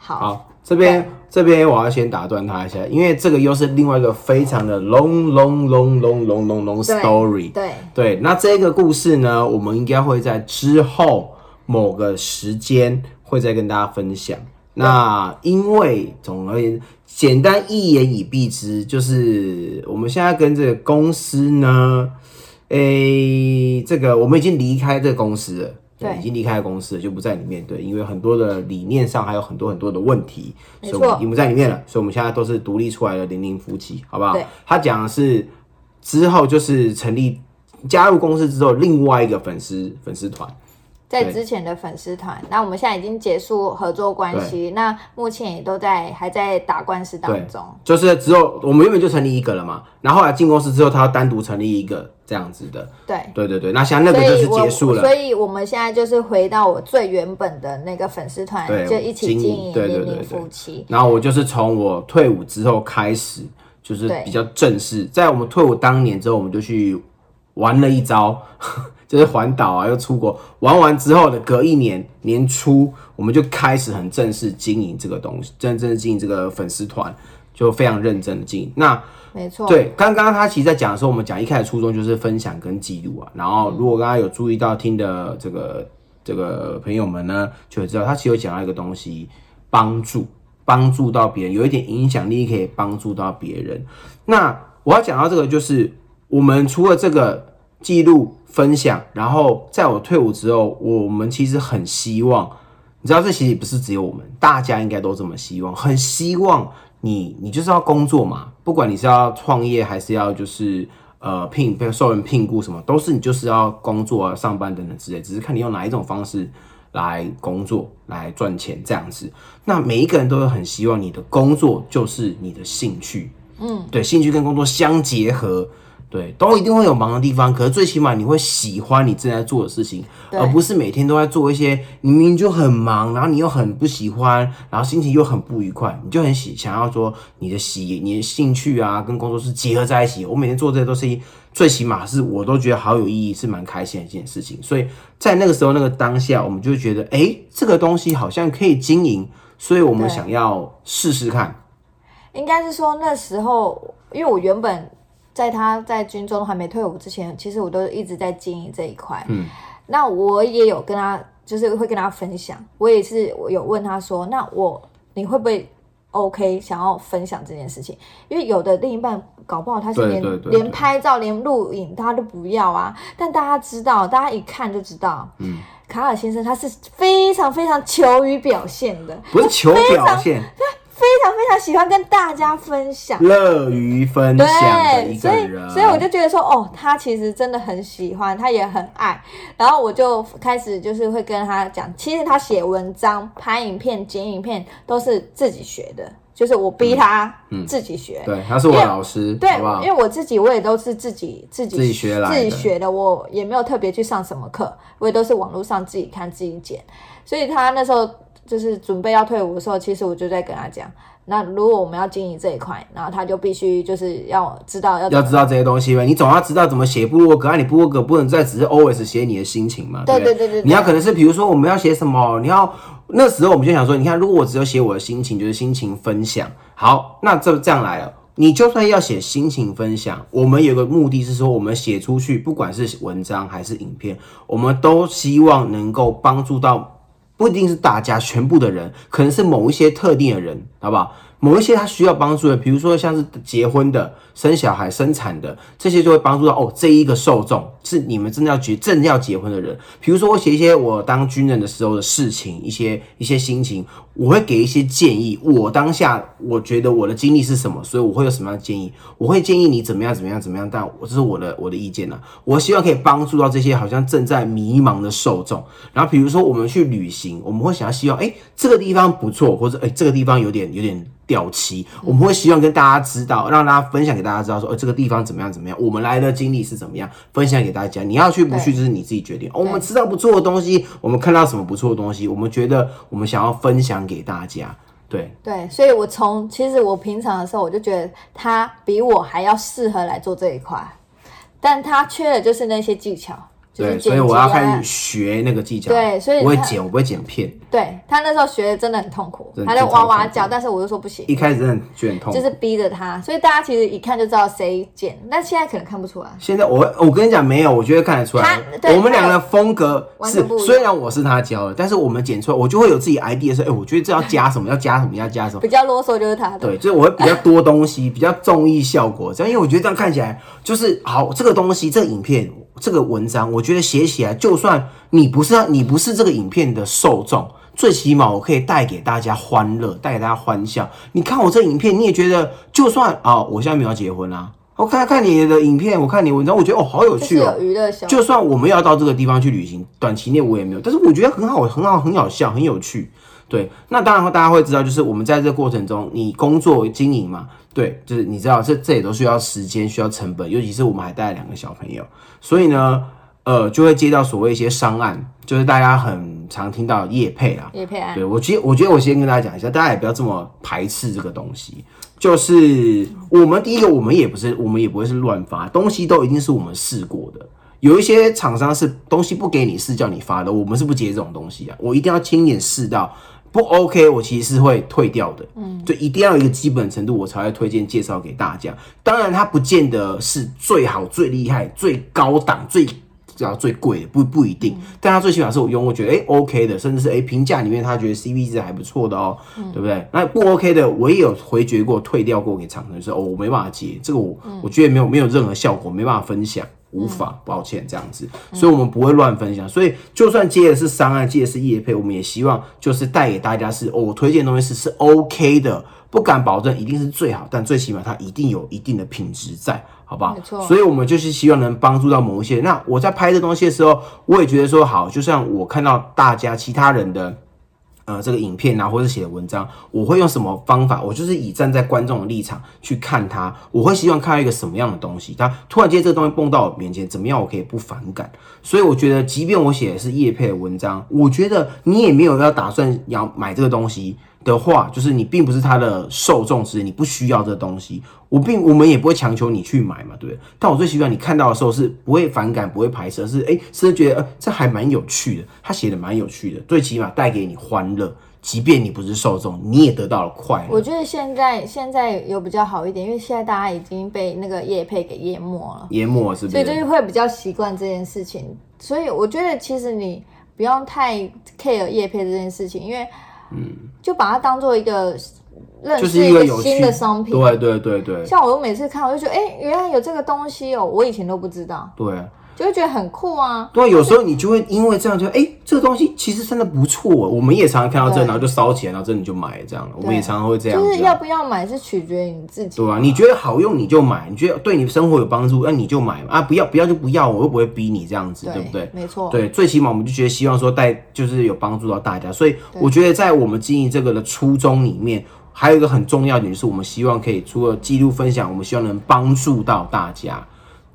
Speaker 4: 好，
Speaker 3: 好，这边这边我要先打断他一下，因为这个又是另外一个非常的 long long long long long long long
Speaker 4: 对
Speaker 3: story。
Speaker 4: 对
Speaker 3: 对，那这个故事呢，我们应该会在之后某个时间会再跟大家分享。那因为总而言，简单一言以蔽之，就是我们现在跟这个公司呢，诶、这个我们已经离开这个公司了。
Speaker 4: 对
Speaker 3: 已经离开公司了，就不在里面。对，因为很多的理念上还有很多很多的问题，
Speaker 4: 没
Speaker 3: 所以我们
Speaker 4: 错
Speaker 3: 已经不在里面了。所以我们现在都是独立出来的零零夫妻，好不好
Speaker 4: 对？
Speaker 3: 他讲的是之后就是成立加入公司之后另外一个粉丝粉丝团，
Speaker 4: 在
Speaker 3: 对
Speaker 4: 之前的粉丝团，那我们现在已经结束合作关系，那目前也都在还在打官司
Speaker 3: 对
Speaker 4: 当中。，
Speaker 3: 就是只有我们原本就成立一个了嘛，然后后来进公司之后，他要单独成立一个这样子的，
Speaker 4: 对，
Speaker 3: 对对对，那现在那
Speaker 4: 所
Speaker 3: 个就
Speaker 4: 以
Speaker 3: 是
Speaker 4: 我
Speaker 3: 结束了
Speaker 4: 所，以我们现在就是回到我最原本的那个粉丝团，
Speaker 3: 对
Speaker 4: 就一起
Speaker 3: 经营
Speaker 4: 经营
Speaker 3: 对对
Speaker 4: 零
Speaker 3: 对
Speaker 4: 零
Speaker 3: 对
Speaker 4: 夫妻。
Speaker 3: 然后我就是从我退伍之后开始，就是
Speaker 4: 对
Speaker 3: 比较正式，在我们退伍当年之后，我们就去玩了一招。 就是环岛啊，又出国玩完之后的隔一年年初，我们就开始很正式经营这个东西，真正的经营这个粉丝团，就非常认真的经营。那
Speaker 4: 没错，
Speaker 3: 对，刚刚他其实在讲的时候，我们讲一开始初衷就是分享跟记录啊。然后，如果刚刚有注意到听的这个这个朋友们呢，就会知道他其实有讲到一个东西，帮助帮助到别人，有一点影响力可以帮助到别人。那我要讲到这个，就是我们除了这个记录分享，然后在我退伍之后，我们其实很希望。你知道，这其实也不是只有我们，大家应该都这么希望，很希望你，你就是要工作嘛，不管你是要创业还是要就是呃聘被受人聘雇什么，都是你就是要工作啊、上班等等之类，只是看你用哪一种方式来工作来赚钱这样子。那每一个人都会很希望你的工作就是你的兴趣，嗯，对，兴趣跟工作相结合。对，都一定会有忙的地方，可是最起码你会喜欢你正在做的事情，
Speaker 4: 对
Speaker 3: 而不是每天都在做一些你明明就很忙，然后你又很不喜欢，然后心情又很不愉快，你就很喜想要说你的喜你的兴趣啊跟工作是结合在一起。我每天做这些都是一最起码是我都觉得好有意义，是蛮开心的一件事情。所以在那个时候那个当下，我们就会觉得哎、诶这个东西好像可以经营，所以我们
Speaker 4: 对
Speaker 3: 想要试试看。
Speaker 4: 应该是说那时候，因为我原本在他在军中还没退伍之前，其实我都一直在经营这一块。
Speaker 3: 嗯，
Speaker 4: 那我也有跟他，就是会跟他分享，我也是我有问他说，那我你会不会 OK 想要分享这件事情？因为有的另一半搞不好他是
Speaker 3: 对
Speaker 4: 连
Speaker 3: 对对对
Speaker 4: 连拍照连录影他都不要啊，但大家知道，大家一看就知道，嗯，卡尔先生他是非常非常求于表现的。
Speaker 3: 不是求表现，
Speaker 4: 非常非常喜欢跟大家分享，
Speaker 3: 乐于分享的
Speaker 4: 对，
Speaker 3: 一个
Speaker 4: 所以
Speaker 3: 人。
Speaker 4: 所以我就觉得说，哦，他其实真的很喜欢，他也很爱，然后我就开始就是会跟他讲，其实他写文章、拍影片、剪影片都是自己学的，就是我
Speaker 3: 嗯
Speaker 4: 逼他自己学。
Speaker 3: 对，他是我老师，
Speaker 4: 对
Speaker 3: 好不好，
Speaker 4: 因为？我自己我也都是自己自己
Speaker 3: 自己学来的
Speaker 4: 自己学的，我也没有特别去上什么课，我也都是网络上自己看自己剪。所以他那时候就是准备要退伍的时候，其实我就在跟他讲，那如果我们要经营这一块，然后他就必须就是要知道要怎
Speaker 3: 要
Speaker 4: 么
Speaker 3: 知道这些东西呗，你总要知道怎么写部落格啊！你部落格不能再只是 always 写你的心情嘛，
Speaker 4: 对
Speaker 3: 不
Speaker 4: 对对对对
Speaker 3: 你要可能是比如说我们要写什么，你要那时候我们就想说，你看如果我只有写我的心情，就是心情分享，好，那这这样来了。你就算要写心情分享，我们有个目的是说，我们写出去，不管是文章还是影片，我们都希望能够帮助到，不一定是大家全部的人，可能是某一些特定的人，好不好？某一些他需要帮助的，比如说像是结婚的、生小孩、生产的这些，就会帮助到哦这一个受众是你们真的要结正要结婚的人。比如说我写一些我当军人的时候的事情，一些一些心情，我会给一些建议。我当下我觉得我的经历是什么，所以我会有什么样的建议？我会建议你怎么样怎么样怎么样，但我这是我的我的意见呢、啊我希望可以帮助到这些好像正在迷茫的受众。然后比如说我们去旅行，我们会想要希望，哎，这个地方不错，或者哎这个地方有点有点掉漆，我们会希望跟大家知道，让大家分享给大家知道说，呃这个地方怎么样怎么样，我们来的经历是怎么样，分享给大家。你要去不去，
Speaker 4: 对
Speaker 3: 就是你自己决定。哦我们知道不错的东西，我们看到什么不错的东西，我们觉得我们想要分享给大家。对，
Speaker 4: 对，所以我从其实我平常的时候，我就觉得他比我还要适合来做这一块，但他缺的就是那些技巧，就是
Speaker 3: 对，
Speaker 4: 剪辑、啊、
Speaker 3: 所以我要开始学那个技巧。
Speaker 4: 对所以
Speaker 3: 我会
Speaker 4: 他
Speaker 3: 剪，我不会剪片。
Speaker 4: 对他那时候学的真的很痛苦
Speaker 3: 真，的
Speaker 4: 他在
Speaker 3: 非常
Speaker 4: 哇哇
Speaker 3: 痛苦
Speaker 4: 叫，但是我就说不行，
Speaker 3: 一开始真的觉得很痛苦。
Speaker 4: 就是逼着他，所以大家其实一看就知道谁剪，但现在可能看不出来。
Speaker 3: 现在我我跟你讲，没有，我觉得看得出来
Speaker 4: 他，对
Speaker 3: 我们两个的风格
Speaker 4: 完
Speaker 3: 是
Speaker 4: 全不一样
Speaker 3: 虽然我是他教的，但是我们剪出来，我就会有自己 idea 说，哎、我觉得这要加什么，要加什么，要加什么。
Speaker 4: 比较啰嗦就是他的，
Speaker 3: 对，就是我会比较多东西，比较综艺效果，这样，因为我觉得这样看起来就是好。这个东西，这个影片，这个文章，我觉得写起来，就算你不是你不是这个影片的受众，最起码我可以带给大家欢乐，带给大家欢笑。你看我这影片，你也觉得，就算啊、我现在没有要结婚啊，我看看你的影片，我看你的文章，我觉得哦，好有
Speaker 4: 就是
Speaker 3: 趣哦
Speaker 4: 有。娱乐效果。
Speaker 3: 就算我们要到这个地方去旅行，短期内我也没有，但是我觉得很好，很好，很好笑，很有趣。对，那当然大家会知道，就是我们在这个过程中，你工作经营嘛，对，就是你知道这这也都需要时间，需要成本，尤其是我们还带了两个小朋友，所以呢，呃，就会接到所谓一些商案，就是大家很常听到业配啦，
Speaker 4: 叶佩安
Speaker 3: 对我其实我觉得我先跟大家讲一下，大家也不要这么排斥这个东西。就是我们第一个，我们也不是，我们也不会是乱发东西，都一定是我们试过的。有一些厂商是东西不给你试，叫你发的，我们是不接这种东西啊。我一定要亲眼试到不 OK，我其实是会退掉的。嗯，就一定要有一个基本程度，我才会推荐介绍给大家。当然，它不见得是最好、最厉害、最高档、最只要最贵的不不一
Speaker 4: 嗯
Speaker 3: 定，但他最起码是我用过觉得哎、诶 OK 的，甚至是哎评价里面他觉得 CP 值还不错的哦、
Speaker 4: 嗯
Speaker 3: 对不对？那不 OK 的我也有回绝过、退掉过给厂商，就是哦我没办法接这个我，
Speaker 4: 嗯
Speaker 3: 我觉得没有没有任何效果，没办法分享，无法，抱歉这样子，
Speaker 4: 嗯
Speaker 3: 所以我们不会乱分享，所以就算接的是商案，接的是业配，我们也希望就是带给大家是哦我推荐的东西是是 OK 的，不敢保证一定是最好，但最起码它一定有一定的品质在，好不好？
Speaker 4: 没错
Speaker 3: 所以我们就是希望能帮助到某一些人。那我在拍这东西的时候，我也觉得说好，就像我看到大家其他人的。呃，这个影片啊，或者写的文章，我会用什么方法？我就是以站在观众的立场去看它，我会希望看到一个什么样的东西？它突然间这个东西蹦到我面前，怎么样我可以不反感？所以我觉得，即便我写的是叶配的文章，我觉得你也没有要打算要买这个东西，的话，就是你并不是他的受众之一，你不需要这东西，我并我们也不会强求你去买嘛，对不对？但我最希望你看到的时候是不会反感，不会排斥，而是哎、诶甚至觉得、呃、这还蛮有趣的，他写的蛮有趣的，最起码带给你欢乐，即便你不是受众，你也得到了快
Speaker 4: 我
Speaker 3: 乐。
Speaker 4: 觉得现在现在有比较好一点，因为现在大家已经被那个叶配给淹没了，
Speaker 3: 淹没了是不？
Speaker 4: 所以就是是会比较习惯这件事情。所以我觉得其实你不用太 care 叶配这件事情，因为嗯，就把它当做一个认
Speaker 3: 就是
Speaker 4: 识
Speaker 3: 一
Speaker 4: 一
Speaker 3: 个
Speaker 4: 个
Speaker 3: 有趣
Speaker 4: 新的商品。
Speaker 3: 对对对对
Speaker 4: 像我每次看，我就觉得，哎、原来有这个东西哦，我以前都不知道，
Speaker 3: 对。
Speaker 4: 就会觉得很酷啊。
Speaker 3: 对，有时候你就会因为这样就，哎、这个东西其实真的不错，啊我们也常常看到这，
Speaker 4: 对
Speaker 3: 然后就烧钱，然后真的就买了这样，我们也常常会这样。
Speaker 4: 就是
Speaker 3: 这样
Speaker 4: 要不要买是取决于你自己。
Speaker 3: 对啊，你觉得好用你就买，你觉得对你生活有帮助，那你就买嘛啊，不要不要就不要，我又不会逼你这样子，对不对？
Speaker 4: 没错。
Speaker 3: 对，最起码我们就觉得希望说带就是有帮助到大家，所以我觉得在我们经营这个的初衷里面，还有一个很重要的点就是，我们希望可以除了记录分享，我们希望能帮助到大家，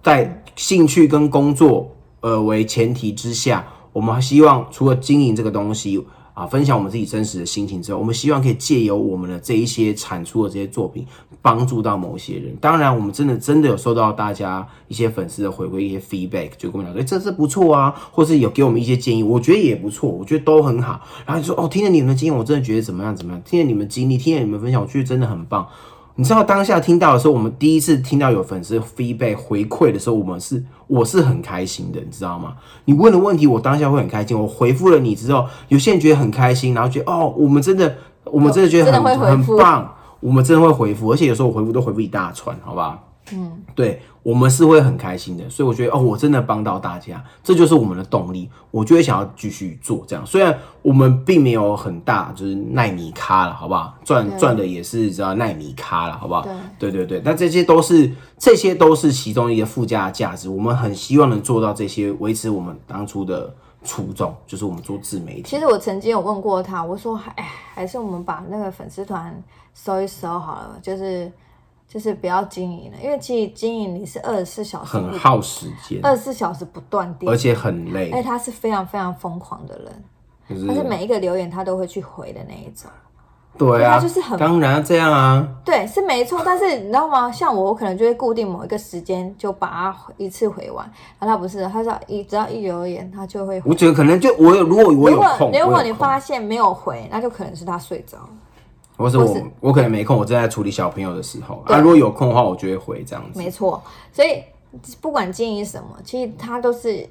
Speaker 3: 在兴趣跟工作呃为前提之下，我们希望除了经营这个东西。啊，分享我们自己真实的心情之后，我们希望可以借由我们的这一些产出的这些作品，帮助到某些人。当然，我们真的真的有收到大家一些粉丝的回馈，一些 feedback，就跟我们讲说，哎、这这不错啊，或是有给我们一些建议，我觉得也不错，我觉得都很好。然后你说，哦，听了你们的经验，我真的觉得怎么样怎么样，听了你们经历，听了你们分享，我觉得真的很棒。你知道当下听到的时候，我们第一次听到有粉丝 feedback 回馈的时候，我们是我是很开心的，你知道吗？你问的问题，我当下会很开心。我回复了你之后，有些人觉得很开心，然后觉得哦，我们真的，我们真的觉得
Speaker 4: 真的
Speaker 3: 很
Speaker 4: 会回复
Speaker 3: 很棒，我们真的会回复，而且有时候我回复都回复一大串，好吧？嗯，对，我们是会很开心的，所以我觉得哦，我真的帮到大家，这就是我们的动力，我就会想要继续做这样。虽然我们并没有很大，就是奈米咖了，好不好？赚
Speaker 4: 对
Speaker 3: 赚的也是知道奈米咖了，好不好？
Speaker 4: 对
Speaker 3: 对对对，那这些都是这些都是其中一个附加价值，我们很希望能做到这些，维持我们当初的初衷，就是我们做自媒体。
Speaker 4: 其实我曾经有问过他，我说，哎，还是我们把那个粉丝团收一收好了，就是就是不要经营了，因为其实经营你是二十四小时
Speaker 3: 很耗时间，
Speaker 4: 二十四小时不断电，
Speaker 3: 而且很累，
Speaker 4: 而且他是非常非常疯狂的人，
Speaker 3: 就是
Speaker 4: 他是每一个留言他都会去回的那一种。
Speaker 3: 对
Speaker 4: 他
Speaker 3: 啊，
Speaker 4: 就是很
Speaker 3: 当然要这样啊，
Speaker 4: 对，是没错，但是你知道吗？ 像我，我可能就会固定某一个时间就把它一次回完，然后他不是，他只要一只要一留言，他就会回。
Speaker 3: 我觉得可能就我有，如果我
Speaker 4: 如
Speaker 3: 有
Speaker 4: 果
Speaker 3: 空，
Speaker 4: 如
Speaker 3: 我
Speaker 4: 果
Speaker 3: 有
Speaker 4: 你
Speaker 3: 空
Speaker 4: 发现没有回，那就可能是他睡着了。
Speaker 3: 或是
Speaker 4: 或
Speaker 3: 我
Speaker 4: 是
Speaker 3: 我可能没空，我正在处理小朋友的时候，
Speaker 4: 对
Speaker 3: 啊，如果有空的话，我就会回这样子
Speaker 4: 没。错，所以不管经营什么，其实它都是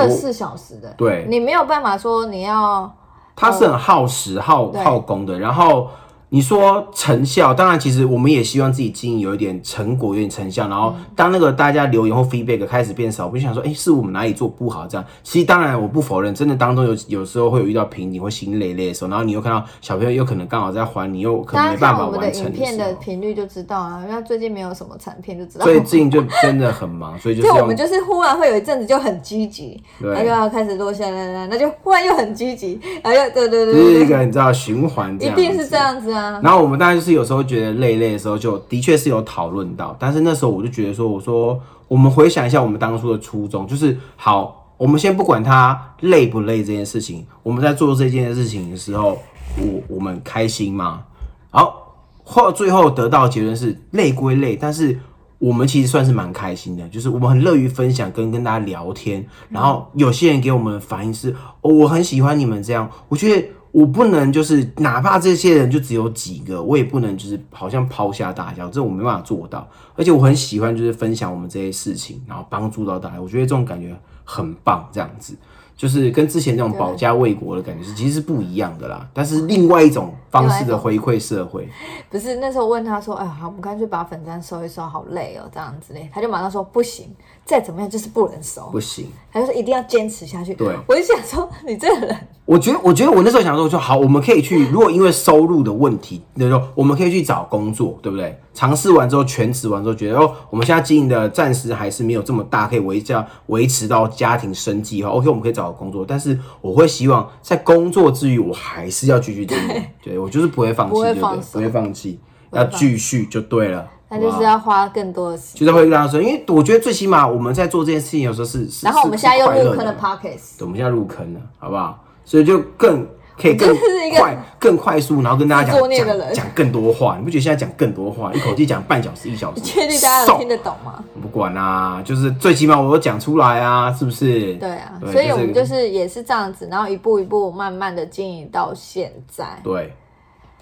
Speaker 3: 我
Speaker 4: 二十四小时的。
Speaker 3: 对
Speaker 4: 你没有办法说你要
Speaker 3: 他是很耗时、耗
Speaker 4: 对
Speaker 3: 耗工的。然后你说成效，当然其实我们也希望自己经营有一点成果，有点成
Speaker 4: 嗯
Speaker 3: 效。然后当那个大家留言或 feedback 开始变少，我就想说，哎、是我们哪里做不好这样？其实当然我不否认，真的当中有有时候会有遇到瓶颈或心累累的时候，然后你又看到小朋友又可能刚好在还你，又可能
Speaker 4: 大家
Speaker 3: 没办
Speaker 4: 看
Speaker 3: 法
Speaker 4: 我们的
Speaker 3: 完成
Speaker 4: 影片
Speaker 3: 时
Speaker 4: 的
Speaker 3: 候。
Speaker 4: 频率就知道啊，那最近没有什么产片就知道。
Speaker 3: 所以最近就真的很忙，所以就是
Speaker 4: 就我
Speaker 3: 用
Speaker 4: 们就是忽然会有一阵子就很积极，
Speaker 3: 对
Speaker 4: 然后就要开始落下来了，那就忽然又很积极，然后又对对
Speaker 3: 就是
Speaker 4: 对对
Speaker 3: 一
Speaker 4: 对，
Speaker 3: 个你知道循环这
Speaker 4: 一
Speaker 3: 样，
Speaker 4: 定是这。样子啊。
Speaker 3: 然后我们当然就是有时候觉得累累的时候，就的确是有讨论到，但是那时候我就觉得说，我说我们回想一下我们当初的初衷，就是好，我们先不管他累不累这件事情，我们在做这件事情的时候，我我们开心吗？好，后最后得到的结论是累归累，但是我们其实算是蛮开心的，就是我们很乐于分享跟跟大家聊天。然后有些人给我们的反应是，哦，我很喜欢你们这样，我觉得。我不能就是，哪怕这些人就只有几个，我也不能就是好像抛下大家，这我没办法做到。而且我很喜欢就是分享我们这些事情，然后帮助到大家，我觉得这种感觉很棒。这样子就是跟之前那种保家卫国的感觉是其实是不一样的啦，但是另外一种方式的回馈社会。
Speaker 4: 不是那时候问他说，哎，好，我们干脆把粉砖收一收，好累哦，这样之类，他就马上说不行，再怎么样就是不能收
Speaker 3: 不，行。
Speaker 4: 他就说一定要坚持下去。
Speaker 3: 对
Speaker 4: 我就想说你这个人，
Speaker 3: 我觉得，我觉得我那时候想说，就好，我们可以去，如果因为收入的问题，那时候我们可以去找工作，对不对？尝试完之后，全职完之后，觉得哦，我们现在经营的暂时还是没有这么大，可以维这样维持到家庭生计哈。OK，我们可哦以找个工作，但是我会希望在工作之余，我还是要继续经营，对我就是不会放弃，
Speaker 4: 不
Speaker 3: 对
Speaker 4: 会
Speaker 3: 不对
Speaker 4: 放？手
Speaker 3: 不会放弃，要继续就对了。
Speaker 4: 他就是
Speaker 3: 好不好
Speaker 4: 要花更多的时间。
Speaker 3: 就是会跟大家说，因为我觉得最起码我们在做这件事情的时候是，是
Speaker 4: 然后我们
Speaker 3: 是
Speaker 4: 现在又
Speaker 3: 快乐
Speaker 4: 入坑
Speaker 3: 的
Speaker 4: 了 Pockets，
Speaker 3: 对我们现在入坑了，好不好？所以就更可 以更
Speaker 4: 你真是一个
Speaker 3: 快、更快速，然后跟大家
Speaker 4: 自作
Speaker 3: 讲
Speaker 4: 孽的人
Speaker 3: 讲讲更多话。你不觉得现在讲更多话，一口气讲半小时、一小时？
Speaker 4: 确定大家
Speaker 3: 瘦
Speaker 4: 有听得懂吗？
Speaker 3: 我不管啊，就是最起码我有讲出来啊，是不是？
Speaker 4: 对啊，
Speaker 3: 对
Speaker 4: 所以我们
Speaker 3: 就
Speaker 4: 就是是也是这样子，然后一步一步慢慢的经营到现在，
Speaker 3: 对，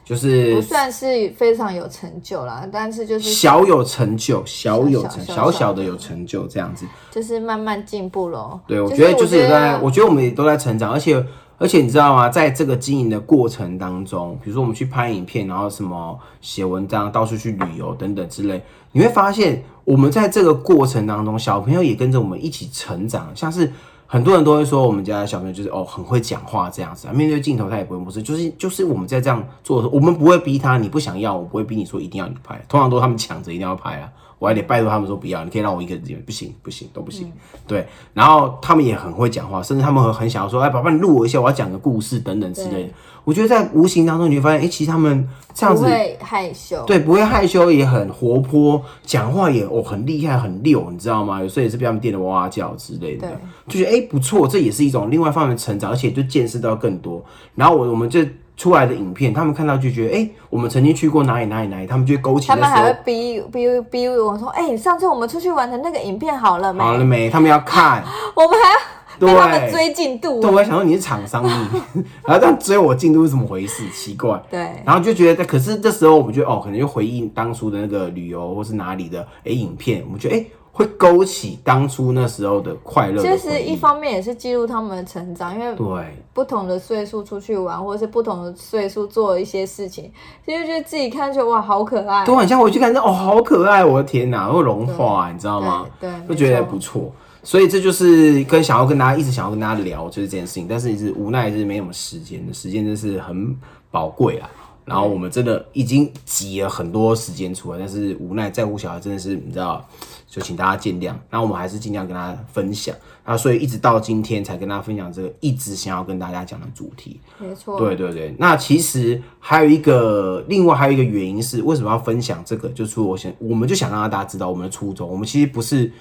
Speaker 3: 就
Speaker 4: 不
Speaker 3: 是
Speaker 4: 算是非常有成就啦，但是就是
Speaker 3: 小有成就，小有成
Speaker 4: 小小
Speaker 3: 小小的有成就这样子。
Speaker 4: 就是慢慢进步咯。
Speaker 3: 对，我
Speaker 4: 就
Speaker 3: 觉得就是有
Speaker 4: 我觉
Speaker 3: 在，
Speaker 4: 得
Speaker 3: 我觉得我们也都在成长，而且而且你知道吗？在这个经营的过程当中，比如说我们去拍影片，然后什么写文章，到处去旅游等等之类，你会发现我们在这个过程当中，小朋友也跟着我们一起成长，像是。很多人都会说我们家的小朋友就是哦很会讲话这样子啊，面对镜头他也不会不是，就是就是我们在这样做的时候，我们不会逼他，你不想要，我不会逼你说一定要你拍，啊通常都是他们抢着一定要拍啊，我还得拜托他们说不要，你可以让我一个人演，不行不行都不行，对，然后他们也很会讲话，甚至他们很很想要说，哎，爸爸你录我一下，我要讲个故事等等之类的
Speaker 4: 对。
Speaker 3: 我觉得在无形当中，你会发现，哎、其实他们这样
Speaker 4: 不
Speaker 3: 子，
Speaker 4: 会害羞，
Speaker 3: 对，不会害羞，也很活泼，讲话也哦很厉害，很溜，你知道吗？有时候也是被他们电的哇哇叫之类的
Speaker 4: 对，
Speaker 3: 就觉得哎、不错，这也是一种另外一方面的成长，而且就见识到更多。然后我我们这出来的影片，他们看到就觉得，哎、我们曾经去过哪里哪里哪里，他们就会勾起
Speaker 4: 他
Speaker 3: 那
Speaker 4: 们还
Speaker 3: 时
Speaker 4: 会
Speaker 3: 候。
Speaker 4: 逼逼逼我说，哎、上次我们出去玩的那个影片好了没？
Speaker 3: 好了没？他们要看，
Speaker 4: 我们还要被 他们
Speaker 3: 啊对
Speaker 4: 追进度。
Speaker 3: 对，我还想说你是厂商，你 然后这样追我进度是怎么回事？奇怪。
Speaker 4: 对
Speaker 3: 然后就觉得，可是这时候我们就哦，可能就回应当初的那个旅游或是哪里的哎影片，我们觉得哎会勾起当初那时候的快乐的回
Speaker 4: 其
Speaker 3: 忆。
Speaker 4: 实一方面也是记录他们的成长，因为
Speaker 3: 对
Speaker 4: 不同的岁数出去玩，或者是不同的岁数做一些事情，其实就自己看就哇好可爱，
Speaker 3: 对，很像回去看，哦，好可爱，我的天哪，会融化，啊你知道吗？
Speaker 4: 对对
Speaker 3: 就觉得
Speaker 4: 没错
Speaker 3: 不错。所以这就是跟想要跟大家一直想要跟大家聊就是这件事情，但是一直无奈是没什么时间的，时间真是很宝贵啊。然后我们真的已经挤了很多时间出来，但是无奈在乎小孩真的是你知道，就请大家见谅。那我们还是尽量跟大家分享，那所以一直到今天才跟大家分享这个一直想要跟大家讲的主题。
Speaker 4: 没错，
Speaker 3: 对对对，那其实还有一个，另外还有一个原因是，为什么要分享这个？就是我想，我们就想让大家知道我们的初衷。我们其实不是，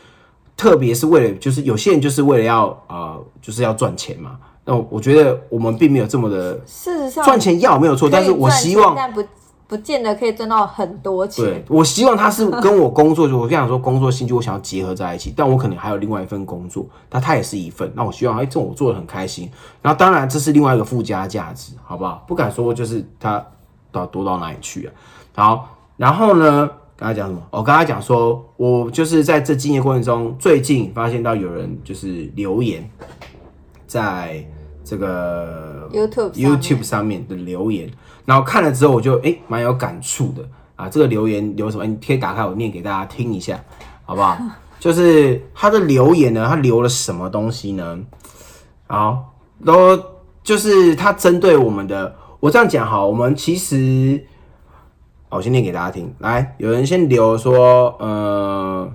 Speaker 3: 特别是为了，就是有些人就是为了要呃，就是要赚钱嘛。那我我觉得我们并没有这么的
Speaker 4: 事实上
Speaker 3: 赚钱要没有错，但是
Speaker 4: 可以
Speaker 3: 我
Speaker 4: 赚
Speaker 3: 希
Speaker 4: 钱
Speaker 3: 望
Speaker 4: 但不不见得可以赚到很多
Speaker 3: 对
Speaker 4: 钱，，
Speaker 3: 我希望他是跟我工作，就我想说工作兴趣，我想要结合在一起。但我可能还有另外一份工作，那它也是一份。那我希望，哎、这我做的很开心。然后当然这是另外一个附加价值，好不好？不敢说就是它到多到哪里去啊。好，然后呢，刚才讲什么？我、哦、刚才讲说，我就是在这经验过程中，最近发现到有人就是留言在这个
Speaker 4: YouTube 上面
Speaker 3: YouTube 上面的留言，然后看了之后我就哎蛮、有感触的啊。这个留言留什么？你可以打开我念给大家听一下，好不 好？就是他的留言呢，他留了什么东西呢？好，然后就是他针对我们的，我这样讲好，我们其实，好我先念给大家听。来，有人先留说，呃，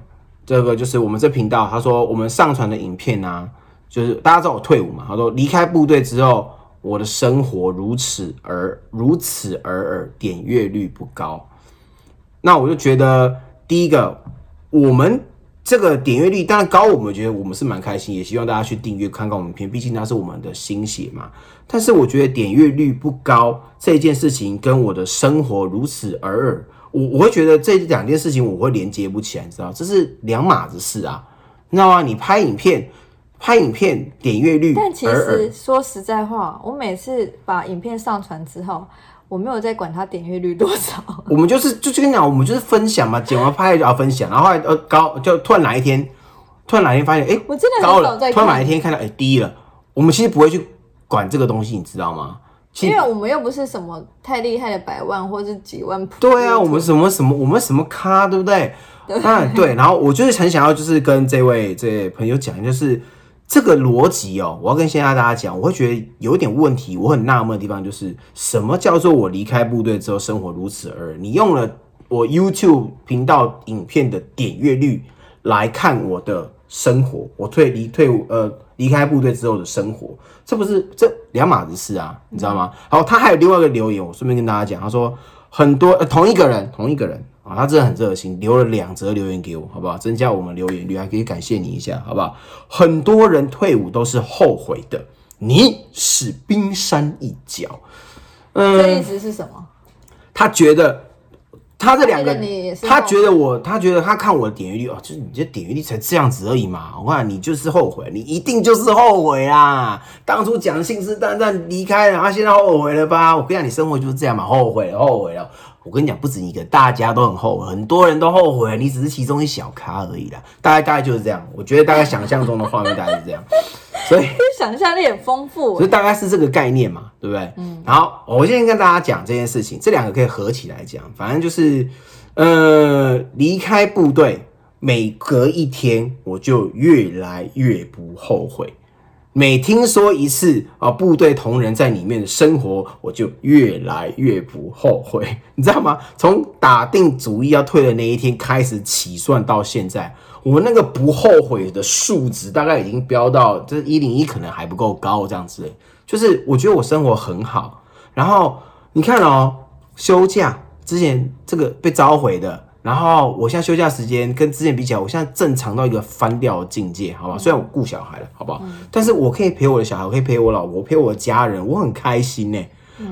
Speaker 3: 这个就是我们这频道，他说我们上传的影片啊，就是大家知道我退伍嘛，他说离开部队之后，我的生活如此而如此而尔，点阅率不高。那我就觉得，第一个，我们这个点阅率当然高，我们觉得我们是蛮开心，也希望大家去订阅看看我们片，毕竟那是我们的心血嘛。但是我觉得点阅率不高这一件事情，跟我的生活如此而尔，我我会觉得这两件事情我会连接不起来，你知道，这是两码子事啊，你知道吗？你拍影片，拍影片点阅率
Speaker 4: 但其
Speaker 3: 而尔
Speaker 4: 实，说实在话，我每次把影片上传之后，我没有再管它点阅率多少。
Speaker 3: 我们就是就就跟你讲，我们就是分享嘛，剪完拍就要分享，然后后来呃高就突然哪一天，突然哪一天发现，哎、
Speaker 4: 我真的很
Speaker 3: 高
Speaker 4: 少
Speaker 3: 了，
Speaker 4: 在看
Speaker 3: 突然哪一天看到哎、低了，我们其实不会去管这个东西，你知道吗？ 其
Speaker 4: 因
Speaker 3: 实
Speaker 4: 为我们又不是什么太厉害的百万或是几万普，
Speaker 3: 对啊，我们什么什么我们什么咖，对不对？嗯，对。然后我就是很想要就是跟这位这位朋友讲，就是这个逻辑哦，我要跟现在大家讲，我会觉得有点问题，我很纳闷的地方就是什么叫做我离开部队之后生活如此而已你用了我 YouTube 频道影片的点阅率来看我的生活，我退离退伍呃离开部队之后的生活，这不是这两码子事啊，你知道吗？然后他还有另外一个留言，我顺便跟大家讲，他说很多、呃、同一个人同一个人啊，他真的很热心，留了两则留言给我，好不好？增加我们留言率，还可以感谢你一下，好不好？很多人退伍都是后悔的，你是冰山一角。
Speaker 4: 这
Speaker 3: 嗯
Speaker 4: 意思是什么？
Speaker 3: 他觉得他这两个
Speaker 4: 他觉得你也，是
Speaker 3: 他觉得我，他觉得他看我的点阅率哦，就是你这点阅率才这样子而已嘛。我看你就是后悔，你一定就是后悔啦。当初讲信誓旦旦离开了，他、现在后悔了吧？我跟你讲，你生活就是这样嘛，后悔了，后悔了。我跟你讲，不止你一个，大家都很后悔，很多人都后悔，你只是其中一小咖而已啦。大概大概就是这样，我觉得大概想象中的画面大概是这样，所以。
Speaker 4: 就是想象力很丰富
Speaker 3: 所以，大概是这个概念嘛，对不对？嗯。然后我现在跟大家讲这件事情，这两个可以合起来讲，反正就是，呃，离开部队，每隔一天我就越来越不后悔。每听说一次啊，部队同仁在里面的生活，我就越来越不后悔，你知道吗？从打定主意要退的那一天开始起算到现在，我那个不后悔的数值大概已经飙到这一零一可能还不够高这样子，就是我觉得我生活很好。然后你看哦，休假之前这个被召回的，然后我现在休假时间跟之前比起来，我现在正常到一个翻掉的境界，好吧？虽然我顾小孩了，好不好？但是我可以陪我的小孩，我可以陪我老婆，我陪我的家人，我很开心呢、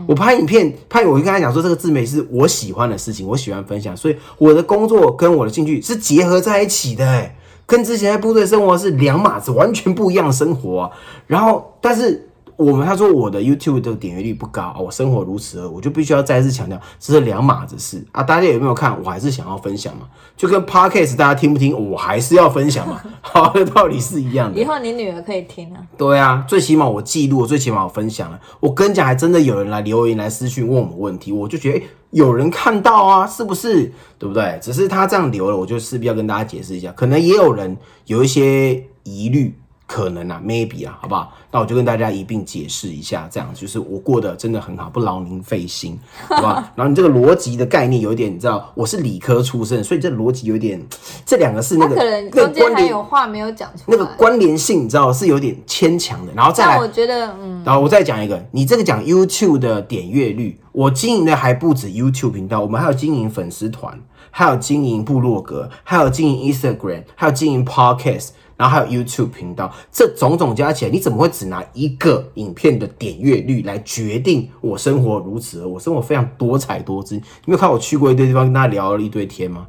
Speaker 3: 我拍影片，拍我就跟他讲说，这个自媒是我喜欢的事情，我喜欢分享，所以我的工作跟我的兴趣是结合在一起的、欸。跟之前在部队生活是两码子，完全不一样的生活啊。然后，但是我们他说我的 YouTube 的点阅率不高啊，我生活如此，我就必须要再次强调，这是两码子事啊。大家有没有看？我还是想要分享嘛，就跟 Podcast 大家听不听，我还是要分享嘛， 好的道理是一样的
Speaker 4: 欸以。后你女儿可以听啊。
Speaker 3: 对啊，最起码我记录，最起码我分享了。我跟你讲，还真的有人来留言、来私讯问我们问题，我就觉得、诶有人看到啊，是不是？对不对？只是他这样留了，我就势必要跟大家解释一下。可能也有人有一些疑虑，可能啊，maybe 啊，好不好？那我就跟大家一并解释一下，这样就是我过得真的很好，不劳您费心，好 不好？然后你这个逻辑的概念有一点，你知道，我是理科出身，所以这逻辑有一点，这两个是那
Speaker 4: 她
Speaker 3: 个
Speaker 4: 可能
Speaker 3: 那个
Speaker 4: 中间
Speaker 3: 关
Speaker 4: 还
Speaker 3: 联
Speaker 4: 有话没有讲出
Speaker 3: 那个
Speaker 4: 来。
Speaker 3: 关联性，你知道是有点牵强的。然后再来
Speaker 4: 但我，觉得，嗯，
Speaker 3: 然后我再讲一个，你这个讲 YouTube 的点阅率，我经营的还不止 YouTube 频道，我们还有经营粉丝团，还有经营部落格，还有经营 Instagram，还有经营 Podcast，然后还有 YouTube 频道，这种种加起来，你怎么会只拿一个影片的点阅率来决定我生活如此？我生活非常多彩多姿，你没有看我去过一堆地方，跟大家聊了一堆天吗？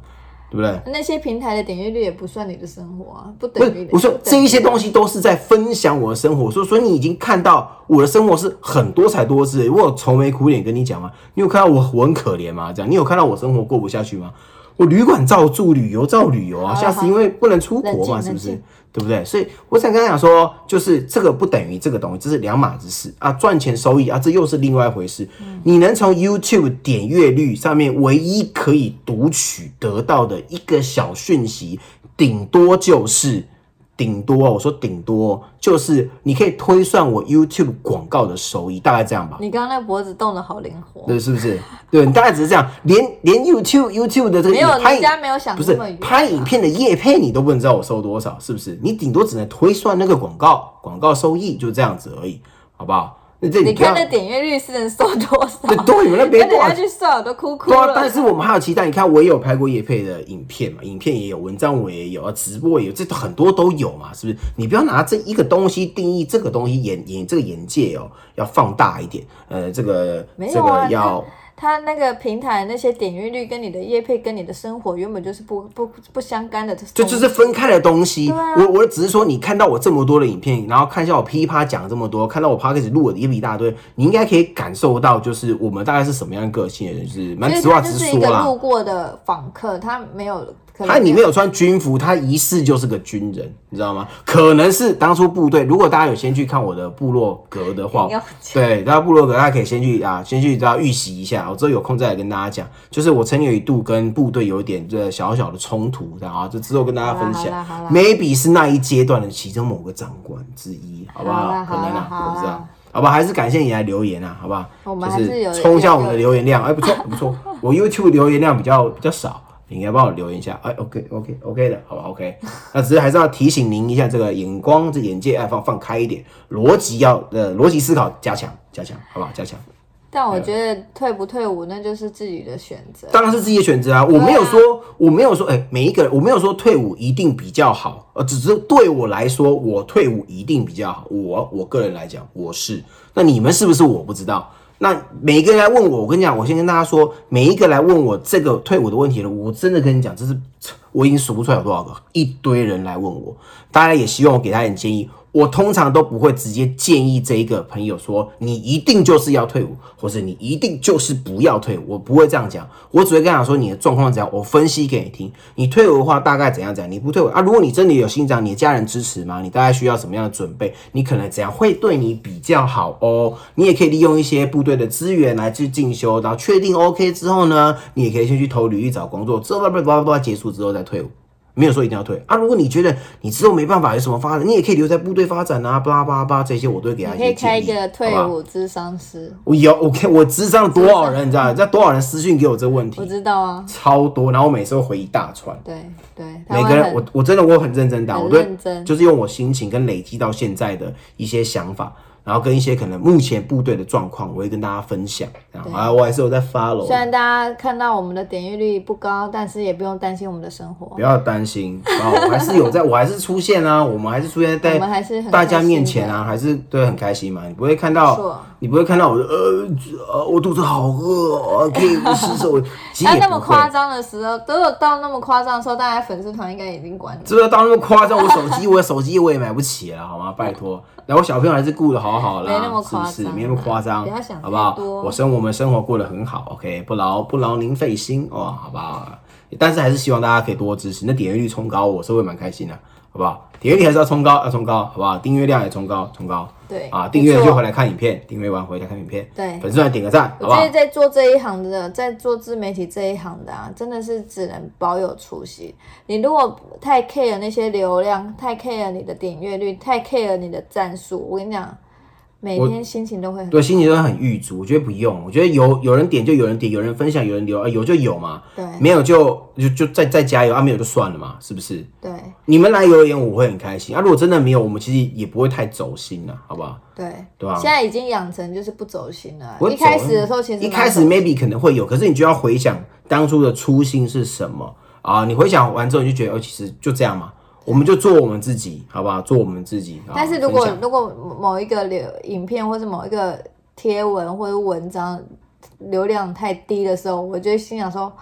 Speaker 3: 对不对？
Speaker 4: 那些平台的点阅率也不算你的生活啊，不
Speaker 3: 不
Speaker 4: 等于
Speaker 3: 是
Speaker 4: 你，的
Speaker 3: 我说
Speaker 4: 不等
Speaker 3: 这
Speaker 4: 于
Speaker 3: 一些东西都是在分享我的生活，所以所以你已经看到我的生活是很多彩多姿的。我有愁眉苦脸跟你讲吗？你有看到我我很可怜吗？这样你有看到我生活过不下去吗？我旅馆照住，旅游照旅游啊，
Speaker 4: 好
Speaker 3: 下次因为不能出国嘛，
Speaker 4: 冷静
Speaker 3: 是不是
Speaker 4: 冷静？
Speaker 3: 对不对？所以我想跟他讲说，就是这个不等于这个东西，这是两码子事啊。赚钱收益啊，这又是另外一回事。
Speaker 4: 嗯
Speaker 3: 你能从 YouTube 点阅率上面唯一可以读取得到的一个小讯息，顶多就是。顶多哦，我说顶多哦就是你可以推算我 YouTube 广告的收益，大概这样吧。
Speaker 4: 你刚刚那脖子动的好灵活，
Speaker 3: 对，是不是？对，你大概只是这样，连连 YouTube YouTube 的这个
Speaker 4: 没有
Speaker 3: 影拍
Speaker 4: 人家没有想
Speaker 3: 不是
Speaker 4: 那么远啊
Speaker 3: 拍影片的业配，你都不能知道我收多少，是不是？你顶多只能推算那个广告广告收益，就这样子而已，好不好？那这
Speaker 4: 你
Speaker 3: 不要
Speaker 4: 看那点阅率是能收多少？
Speaker 3: 对对，你们那
Speaker 4: 那
Speaker 3: 边
Speaker 4: 等
Speaker 3: 多
Speaker 4: 一
Speaker 3: 少
Speaker 4: 下去算我都哭哭
Speaker 3: 对啊
Speaker 4: 了。，
Speaker 3: 但是我们还有期待。你看，我也有拍过叶配的影片嘛，影片也有，文章我也有，直播也有，这很多都有嘛，是不是？你不要拿这一个东西定义这个东西眼眼这个眼界哦，要放大一点。呃，这个、
Speaker 4: 没
Speaker 3: 这
Speaker 4: 有啊
Speaker 3: 个要
Speaker 4: 他那个平台那些点阅率跟你的业配跟你的生活原本就是不不不相干的，
Speaker 3: 就就是分开的东西。
Speaker 4: 对啊
Speaker 3: 我我只是说，你看到我这么多的影片，然后看一下我噼啪讲这么多，看到我 p o d c a s t 录了一笔大堆，你应该可以感受到，就是我们大概是什么样的个性的人，就是蛮
Speaker 4: 因为
Speaker 3: 直话
Speaker 4: 他就
Speaker 3: 直
Speaker 4: 是一
Speaker 3: 说
Speaker 4: 个
Speaker 3: 啦
Speaker 4: 路。过的访客，他没有可能
Speaker 3: 他里面有穿军服，他疑似就是个军人，你知道吗？可能是当初部队。如果大家有先去看我的部落格的话
Speaker 4: 你要，
Speaker 3: 对，大家部落格大家可以先去啊，先去大家预习一下。我之后有空再来跟大家讲，就是我曾经有一度跟部队有一点这小小的冲突，然后就之后跟大家分
Speaker 4: 好
Speaker 3: 享
Speaker 4: 啦好啦好啦
Speaker 3: ，maybe 是那一阶段的其中某个长官之一，好不
Speaker 4: 好啦
Speaker 3: 可能啊，
Speaker 4: 好啦
Speaker 3: 我不知
Speaker 4: 好
Speaker 3: 道
Speaker 4: 啦。
Speaker 3: 好吧，还是感谢你来留言啊，好不好？
Speaker 4: 我们
Speaker 3: 就
Speaker 4: 还是有
Speaker 3: 冲一下我们
Speaker 4: 有
Speaker 3: 的留言 量，哎，不错不错，我 YouTube 留言量比较比较少，你应该帮我留言一下，哎，OK OK OK 的，好吧，OK，那只是还是要提醒您一下，这个眼光这眼界哎放放开一点，逻辑要呃逻辑思考加强加强，好不好？加强，
Speaker 4: 但我觉得退不退伍那就是自己的选择。
Speaker 3: 当然是自己的选择啊，我没有说我没有说哎每一个人我没有说退伍一定比较好，呃，只是对我来说我退伍一定比较好，我我个人来讲我是，那你们是不是我不知道。那每一个人来问我，我跟你讲，我先跟大家说，每一个来问我这个退伍的问题的，我真的跟你讲，这是我已经数不出来有多少个，一堆人来问我。当然也希望我给他一点建议，我通常都不会直接建议这一个朋友说你一定就是要退伍，或者你一定就是不要退伍，我不会这样讲，我只会跟他讲说你的状况怎样，我分析给你听。你退伍的话大概怎样怎样，你不退伍啊？如果你真的有心长，你的家人支持吗？你大概需要什么样的准备？你可能怎样会对你比较好哦？你也可以利用一些部队的资源来去进修，然后确定 OK 之后呢，你也可以先去投履历找工作，这叭叭叭叭结束之后再退伍。没有说一定要退啊。如果你觉得你之后没办法有什么发展，你也可以留在部队发展啊，巴拉巴拉巴拉这些，我都会给他
Speaker 4: 你
Speaker 3: 一
Speaker 4: 可以
Speaker 3: 些
Speaker 4: 开
Speaker 3: 建
Speaker 4: 一
Speaker 3: 议。
Speaker 4: 个退
Speaker 3: 啊好不好，
Speaker 4: 伍智商师，
Speaker 3: 我有 OK，我智商多少人你知道？你知道多少人私信给我这个问题
Speaker 4: 我？知道啊，
Speaker 3: 超多，然后我每次都回一大串。
Speaker 4: 对对，他
Speaker 3: 每
Speaker 4: 会
Speaker 3: 个人，
Speaker 4: 很
Speaker 3: 我我真的我很认真打，
Speaker 4: 很
Speaker 3: 我对
Speaker 4: 认真
Speaker 3: 就是用我心情跟累积到现在的一些想法，然后跟一些可能目前部队的状况，我会跟大家分享。然后
Speaker 4: 对
Speaker 3: 啊，我还是有在 follow，
Speaker 4: 虽然大家看到我们的点阅率不高，但是也不用担心我们的生活
Speaker 3: 不。要担心，啊，我还是有在，我还是出现啊，我们还是出现在
Speaker 4: 我们还是很
Speaker 3: 大家面
Speaker 4: 开心的
Speaker 3: 前啊，还是对很开心嘛，你不会看
Speaker 4: 没错
Speaker 3: 到你不会看到我呃呃，我肚子好饿哦，可以 施舍我，其实
Speaker 4: 但
Speaker 3: 也
Speaker 4: 那么
Speaker 3: 不会
Speaker 4: 夸。张的时候，都有到那么夸张的时候，大家粉丝团应该已经关了。
Speaker 3: 这个到那么夸张，我手机我手机我也买不起啊了，好吗？拜托，然后小朋友还是顾得好好啦，
Speaker 4: 没那么
Speaker 3: 是
Speaker 4: 夸
Speaker 3: 不
Speaker 4: 张
Speaker 3: 是？没那么夸张，
Speaker 4: 不要想太
Speaker 3: 好不好？
Speaker 4: 多
Speaker 3: 我生我们生活过得很好，OK，不劳不劳您费心哦，好不好？但是还是希望大家可以多支持，那点阅率冲高，我是会蛮开心的，好不好？点阅率还是要冲高，要冲高，好不好？订阅量也冲高，冲高。
Speaker 4: 对
Speaker 3: 啊，
Speaker 4: 没
Speaker 3: 订阅了
Speaker 4: 错
Speaker 3: 就回来看影片，订阅完回来看影片，
Speaker 4: 对
Speaker 3: 粉丝团点个赞，好
Speaker 4: 我
Speaker 3: 不
Speaker 4: 觉
Speaker 3: 好
Speaker 4: 得？在做这一行的，在做自媒体这一行的啊，真的是只能保有初心。你如果太 care 那些流量，太 care 你的点阅率，太 care 你的战术，我跟你讲，每
Speaker 3: 我
Speaker 4: 天心情都会很
Speaker 3: 对，心情都很郁卒，我觉得不用，我觉得有有人点就有人点，有人分享有人留，啊有就有嘛，
Speaker 4: 对
Speaker 3: 没有就就就再再加油啊，没有就算了嘛，是不是？
Speaker 4: 对
Speaker 3: 你们来留言我会很开心啊，如果真的没有，我们其实也不会太走心了，好不好？
Speaker 4: 对
Speaker 3: 对啊
Speaker 4: 现在已经养成就是不走心了。
Speaker 3: 我
Speaker 4: 一开
Speaker 3: 走
Speaker 4: 始的时候，其实
Speaker 3: 一
Speaker 4: 蛮
Speaker 3: 开始
Speaker 4: 走
Speaker 3: maybe 可能会有，可是你就要回想当初的初心是什么啊？你回想完之后，你就觉得哦，其实就这样嘛，我们就做我们自己，好不好？做我们自己。啊
Speaker 4: 但是如果
Speaker 3: 分享
Speaker 4: 如果某一个流影片或是某一个贴文或者文章流量太低的时候，我就会心想说，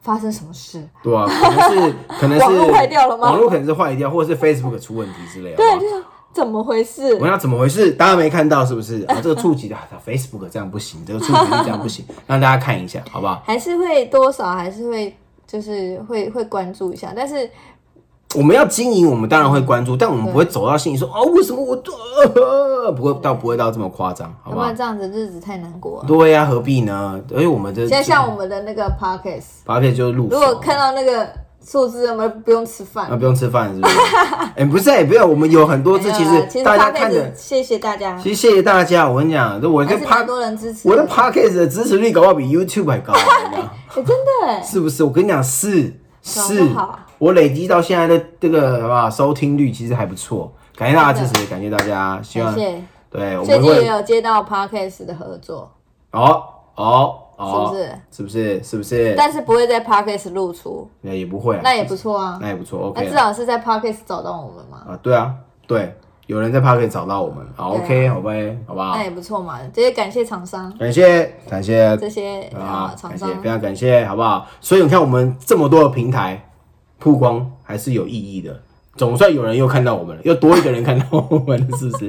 Speaker 4: 发生什么事？
Speaker 3: 对啊，可能是可能是
Speaker 4: 网络坏掉了吗
Speaker 3: 网络可能是坏掉，或者是 Facebook 出问题之类的。好
Speaker 4: 对，
Speaker 3: 不
Speaker 4: 就
Speaker 3: 好
Speaker 4: 是怎么回 事
Speaker 3: 我？们要怎么回事？大家没看到是不是？啊，这个触及的、啊、Facebook 这样不行，这个触及率这样不行， 让大家看一下，好不好？
Speaker 4: 还是会多少还是会就是会会关注一下，但是
Speaker 3: 我们要经营，我们当然会关注，但我们不会走到心里说哦，为什么我呃、不会到不会到这么夸张，好
Speaker 4: 要
Speaker 3: 不
Speaker 4: 不
Speaker 3: 好
Speaker 4: 然？这样子日子太难过了。
Speaker 3: 对呀、何必呢？而且我们的
Speaker 4: 现在像我们的那个 podcast，
Speaker 3: 八片就是入手
Speaker 4: 如果 看到那个数字，我们不用吃饭
Speaker 3: 啊，。不用吃饭是不是？哎、不是、不要，我们有很多次，
Speaker 4: 没
Speaker 3: 其
Speaker 4: 有呃啦其
Speaker 3: 实大家看
Speaker 4: podcast
Speaker 3: 的，
Speaker 4: 谢谢大家，
Speaker 3: 其实谢谢大家。我跟你讲，这我
Speaker 4: 还
Speaker 3: 这
Speaker 4: 是
Speaker 3: p
Speaker 4: 蛮多人支持
Speaker 3: 我的 podcast 的支持率搞不好比 YouTube 还高，你知道吗
Speaker 4: 哎真的 哎，
Speaker 3: 是不是？我跟你讲，是
Speaker 4: 搞
Speaker 3: 是
Speaker 4: 不好，
Speaker 3: 我累积到现在的这个好不好收听率其实还不错，感谢大家支持，感谢大家，希
Speaker 4: 感
Speaker 3: 望
Speaker 4: 谢。
Speaker 3: 对我
Speaker 4: 最
Speaker 3: 们
Speaker 4: 近也
Speaker 3: 会
Speaker 4: 有接到 podcast 的合作，
Speaker 3: 哦哦哦，
Speaker 4: 是
Speaker 3: 是不是？是不是？
Speaker 4: 但是不会在 podcast 露出，
Speaker 3: 那也不会啊，
Speaker 4: 那也不错啊。
Speaker 3: 那也不错
Speaker 4: 那
Speaker 3: ，OK
Speaker 4: 至
Speaker 3: 啦
Speaker 4: 少是在 podcast 找到我们嘛，
Speaker 3: 啊，对啊，对，有人在 p a r k 找到我们，好
Speaker 4: 对啊
Speaker 3: ，OK，好呗，好不好
Speaker 4: 那？也不错嘛。这些感谢厂商，
Speaker 3: 感谢感谢
Speaker 4: 这些啊
Speaker 3: 啊，
Speaker 4: 厂
Speaker 3: 感谢
Speaker 4: 商，
Speaker 3: 非常感谢，好不好？所以你看，我们这么多的平台曝光还是有意义的，总算有人又看到我们了，又多一个人看到我们了，是不 是？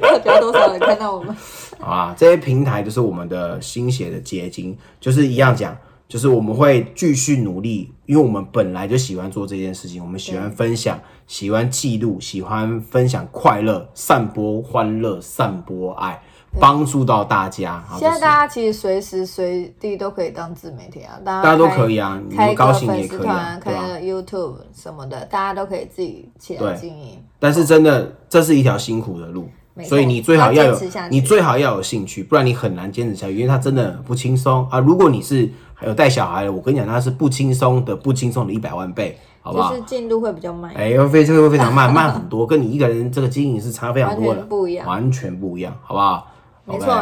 Speaker 4: 到底有多少人看到我们？
Speaker 3: 好啊，这些平台就是我们的心血的结晶，就是一样讲，就是我们会继续努力，因为我们本来就喜欢做这件事情，我们喜欢分享，喜欢记录，喜欢分享快乐，散播欢乐，散播爱，帮助到大家。好
Speaker 4: 现
Speaker 3: 这
Speaker 4: 在
Speaker 3: 是
Speaker 4: 大家其实随时随地都可以当自媒体啊，大家
Speaker 3: 大家都
Speaker 4: 开
Speaker 3: 可以啊你
Speaker 4: 开
Speaker 3: 们高
Speaker 4: 个
Speaker 3: 兴
Speaker 4: 粉
Speaker 3: 也
Speaker 4: 丝
Speaker 3: 可以啊
Speaker 4: 团，开
Speaker 3: 对啊
Speaker 4: 个 YouTube 什么的，大家都可以自己起来
Speaker 3: 对
Speaker 4: 经营。
Speaker 3: 但是真的，这是一条辛苦的路
Speaker 4: 没，错
Speaker 3: 所以你最好
Speaker 4: 要
Speaker 3: 要有
Speaker 4: 坚持下去
Speaker 3: 你最好要有兴趣，不然你很难坚持下去，因为它真的不轻松啊。如果你是还有带小孩的，我跟你讲，它是不轻松的，不轻松的一百万倍，好不
Speaker 4: 就
Speaker 3: 好
Speaker 4: 是？进度会比较慢，
Speaker 3: 哎，要非这个会非常慢， 慢很多，跟你一个人这个经营是差非常多
Speaker 4: 完
Speaker 3: 的，
Speaker 4: 全不一样
Speaker 3: 完全不一样，好不好？
Speaker 4: 没
Speaker 3: OK
Speaker 4: 错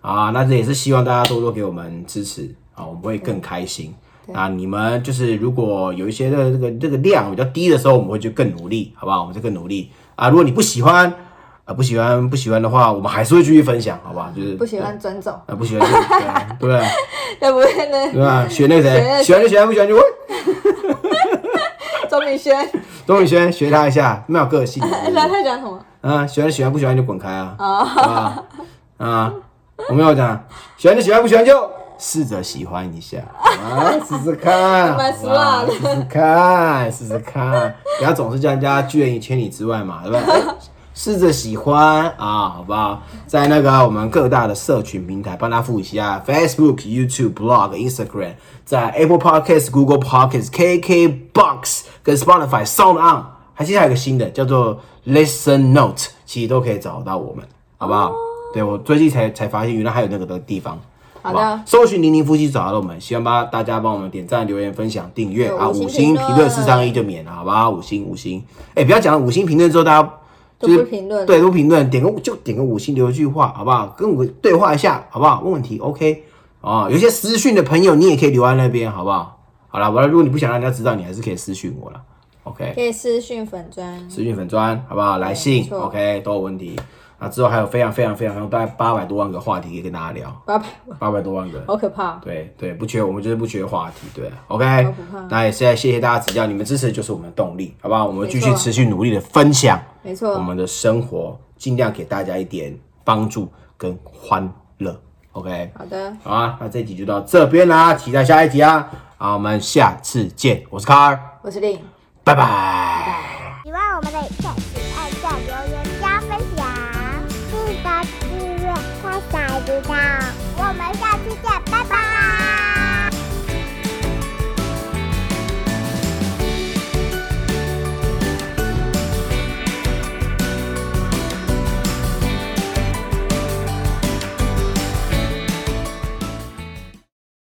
Speaker 3: 啊，那这也是希望大家多多给我们支持啊，我们会更开心。那你们就是如果有一些的这个这个量比较低的时候，我们会就更努力，好不好？我们就更努力啊。如果你不喜欢啊，不喜欢不喜欢的话，我们还是会继续分享，好不好？就是
Speaker 4: 不喜欢转 走，
Speaker 3: 啊，不喜欢就对啊对不对？
Speaker 4: 要不然呢？
Speaker 3: 对吧？选那个
Speaker 4: 选
Speaker 3: 谁，
Speaker 4: 那个
Speaker 3: 喜欢就啊喜欢，不喜欢就喂。
Speaker 4: 周明轩，
Speaker 3: 钟宇轩学他一下，没有个 性。
Speaker 4: 那他讲什么？
Speaker 3: 啊，喜欢就喜欢，不喜欢就滚开啊！啊啊，我没有讲，喜欢就喜欢，不喜欢就试着喜欢一下啊，试试看，
Speaker 4: 蛮
Speaker 3: 好吧试试看，试试看，不要总是叫人家拒人于千里之外嘛，对不对？哎试着喜欢啊，好不好？在那个我们各大的社群平台帮他复习一下，Facebook、YouTube、Blog、Instagram，在 Apple Podcast、Google Podcast、KK Box 跟 Spotify、Sound On，还现在还有一个新的叫做 Listen Note，其实都可以找到我们，好不好？对我最近才才发现，原来还有那个的地方。
Speaker 4: 好
Speaker 3: 不
Speaker 4: 的
Speaker 3: 搜寻“零零夫妻”找到了我们，希望帮大家帮我们点赞、留言、分享、订阅
Speaker 4: 有
Speaker 3: 啊，
Speaker 4: 五
Speaker 3: 五
Speaker 4: 星
Speaker 3: 星
Speaker 4: 评
Speaker 3: 评论
Speaker 4: 论
Speaker 3: 四三一就免了，好吧？五星五星，哎、不要讲了五星评论之后大家
Speaker 4: 都
Speaker 3: 就是
Speaker 4: 不评论
Speaker 3: 对，都不评论，点个就点个五星留一句话，好不好？跟我对话一下，好不好？问问题，OK 啊？有些私讯的朋友你也可以留在那边，好不好？好啦，完了，如果你不想让人家知道，你还是可以私讯我啦 o k
Speaker 4: 可以私讯粉砖，
Speaker 3: 私讯粉砖，好不好？来信
Speaker 4: 没错
Speaker 3: ，OK，都有问题。啊，之后还有非常非常非常非常大概八百多万个话题可以跟大家聊，
Speaker 4: 八百，
Speaker 3: 八百多万个。
Speaker 4: 好可怕。
Speaker 3: 对对，不缺我们就是不缺话题，对，OK，啊
Speaker 4: 不怕
Speaker 3: 那也现在谢谢大家指教，你们支持就是我们的动力，好不好？我们继续
Speaker 4: 没错
Speaker 3: 持续努力的分享
Speaker 4: 没
Speaker 3: 我
Speaker 4: 错，
Speaker 3: 们的生活，尽量给大家一点帮助跟欢乐，OK，
Speaker 4: 好的，
Speaker 3: 好啊，那这一集就到这边啦，期待下一集啊，好，我们下次见，我是卡尔，
Speaker 4: 我是令。
Speaker 3: 拜拜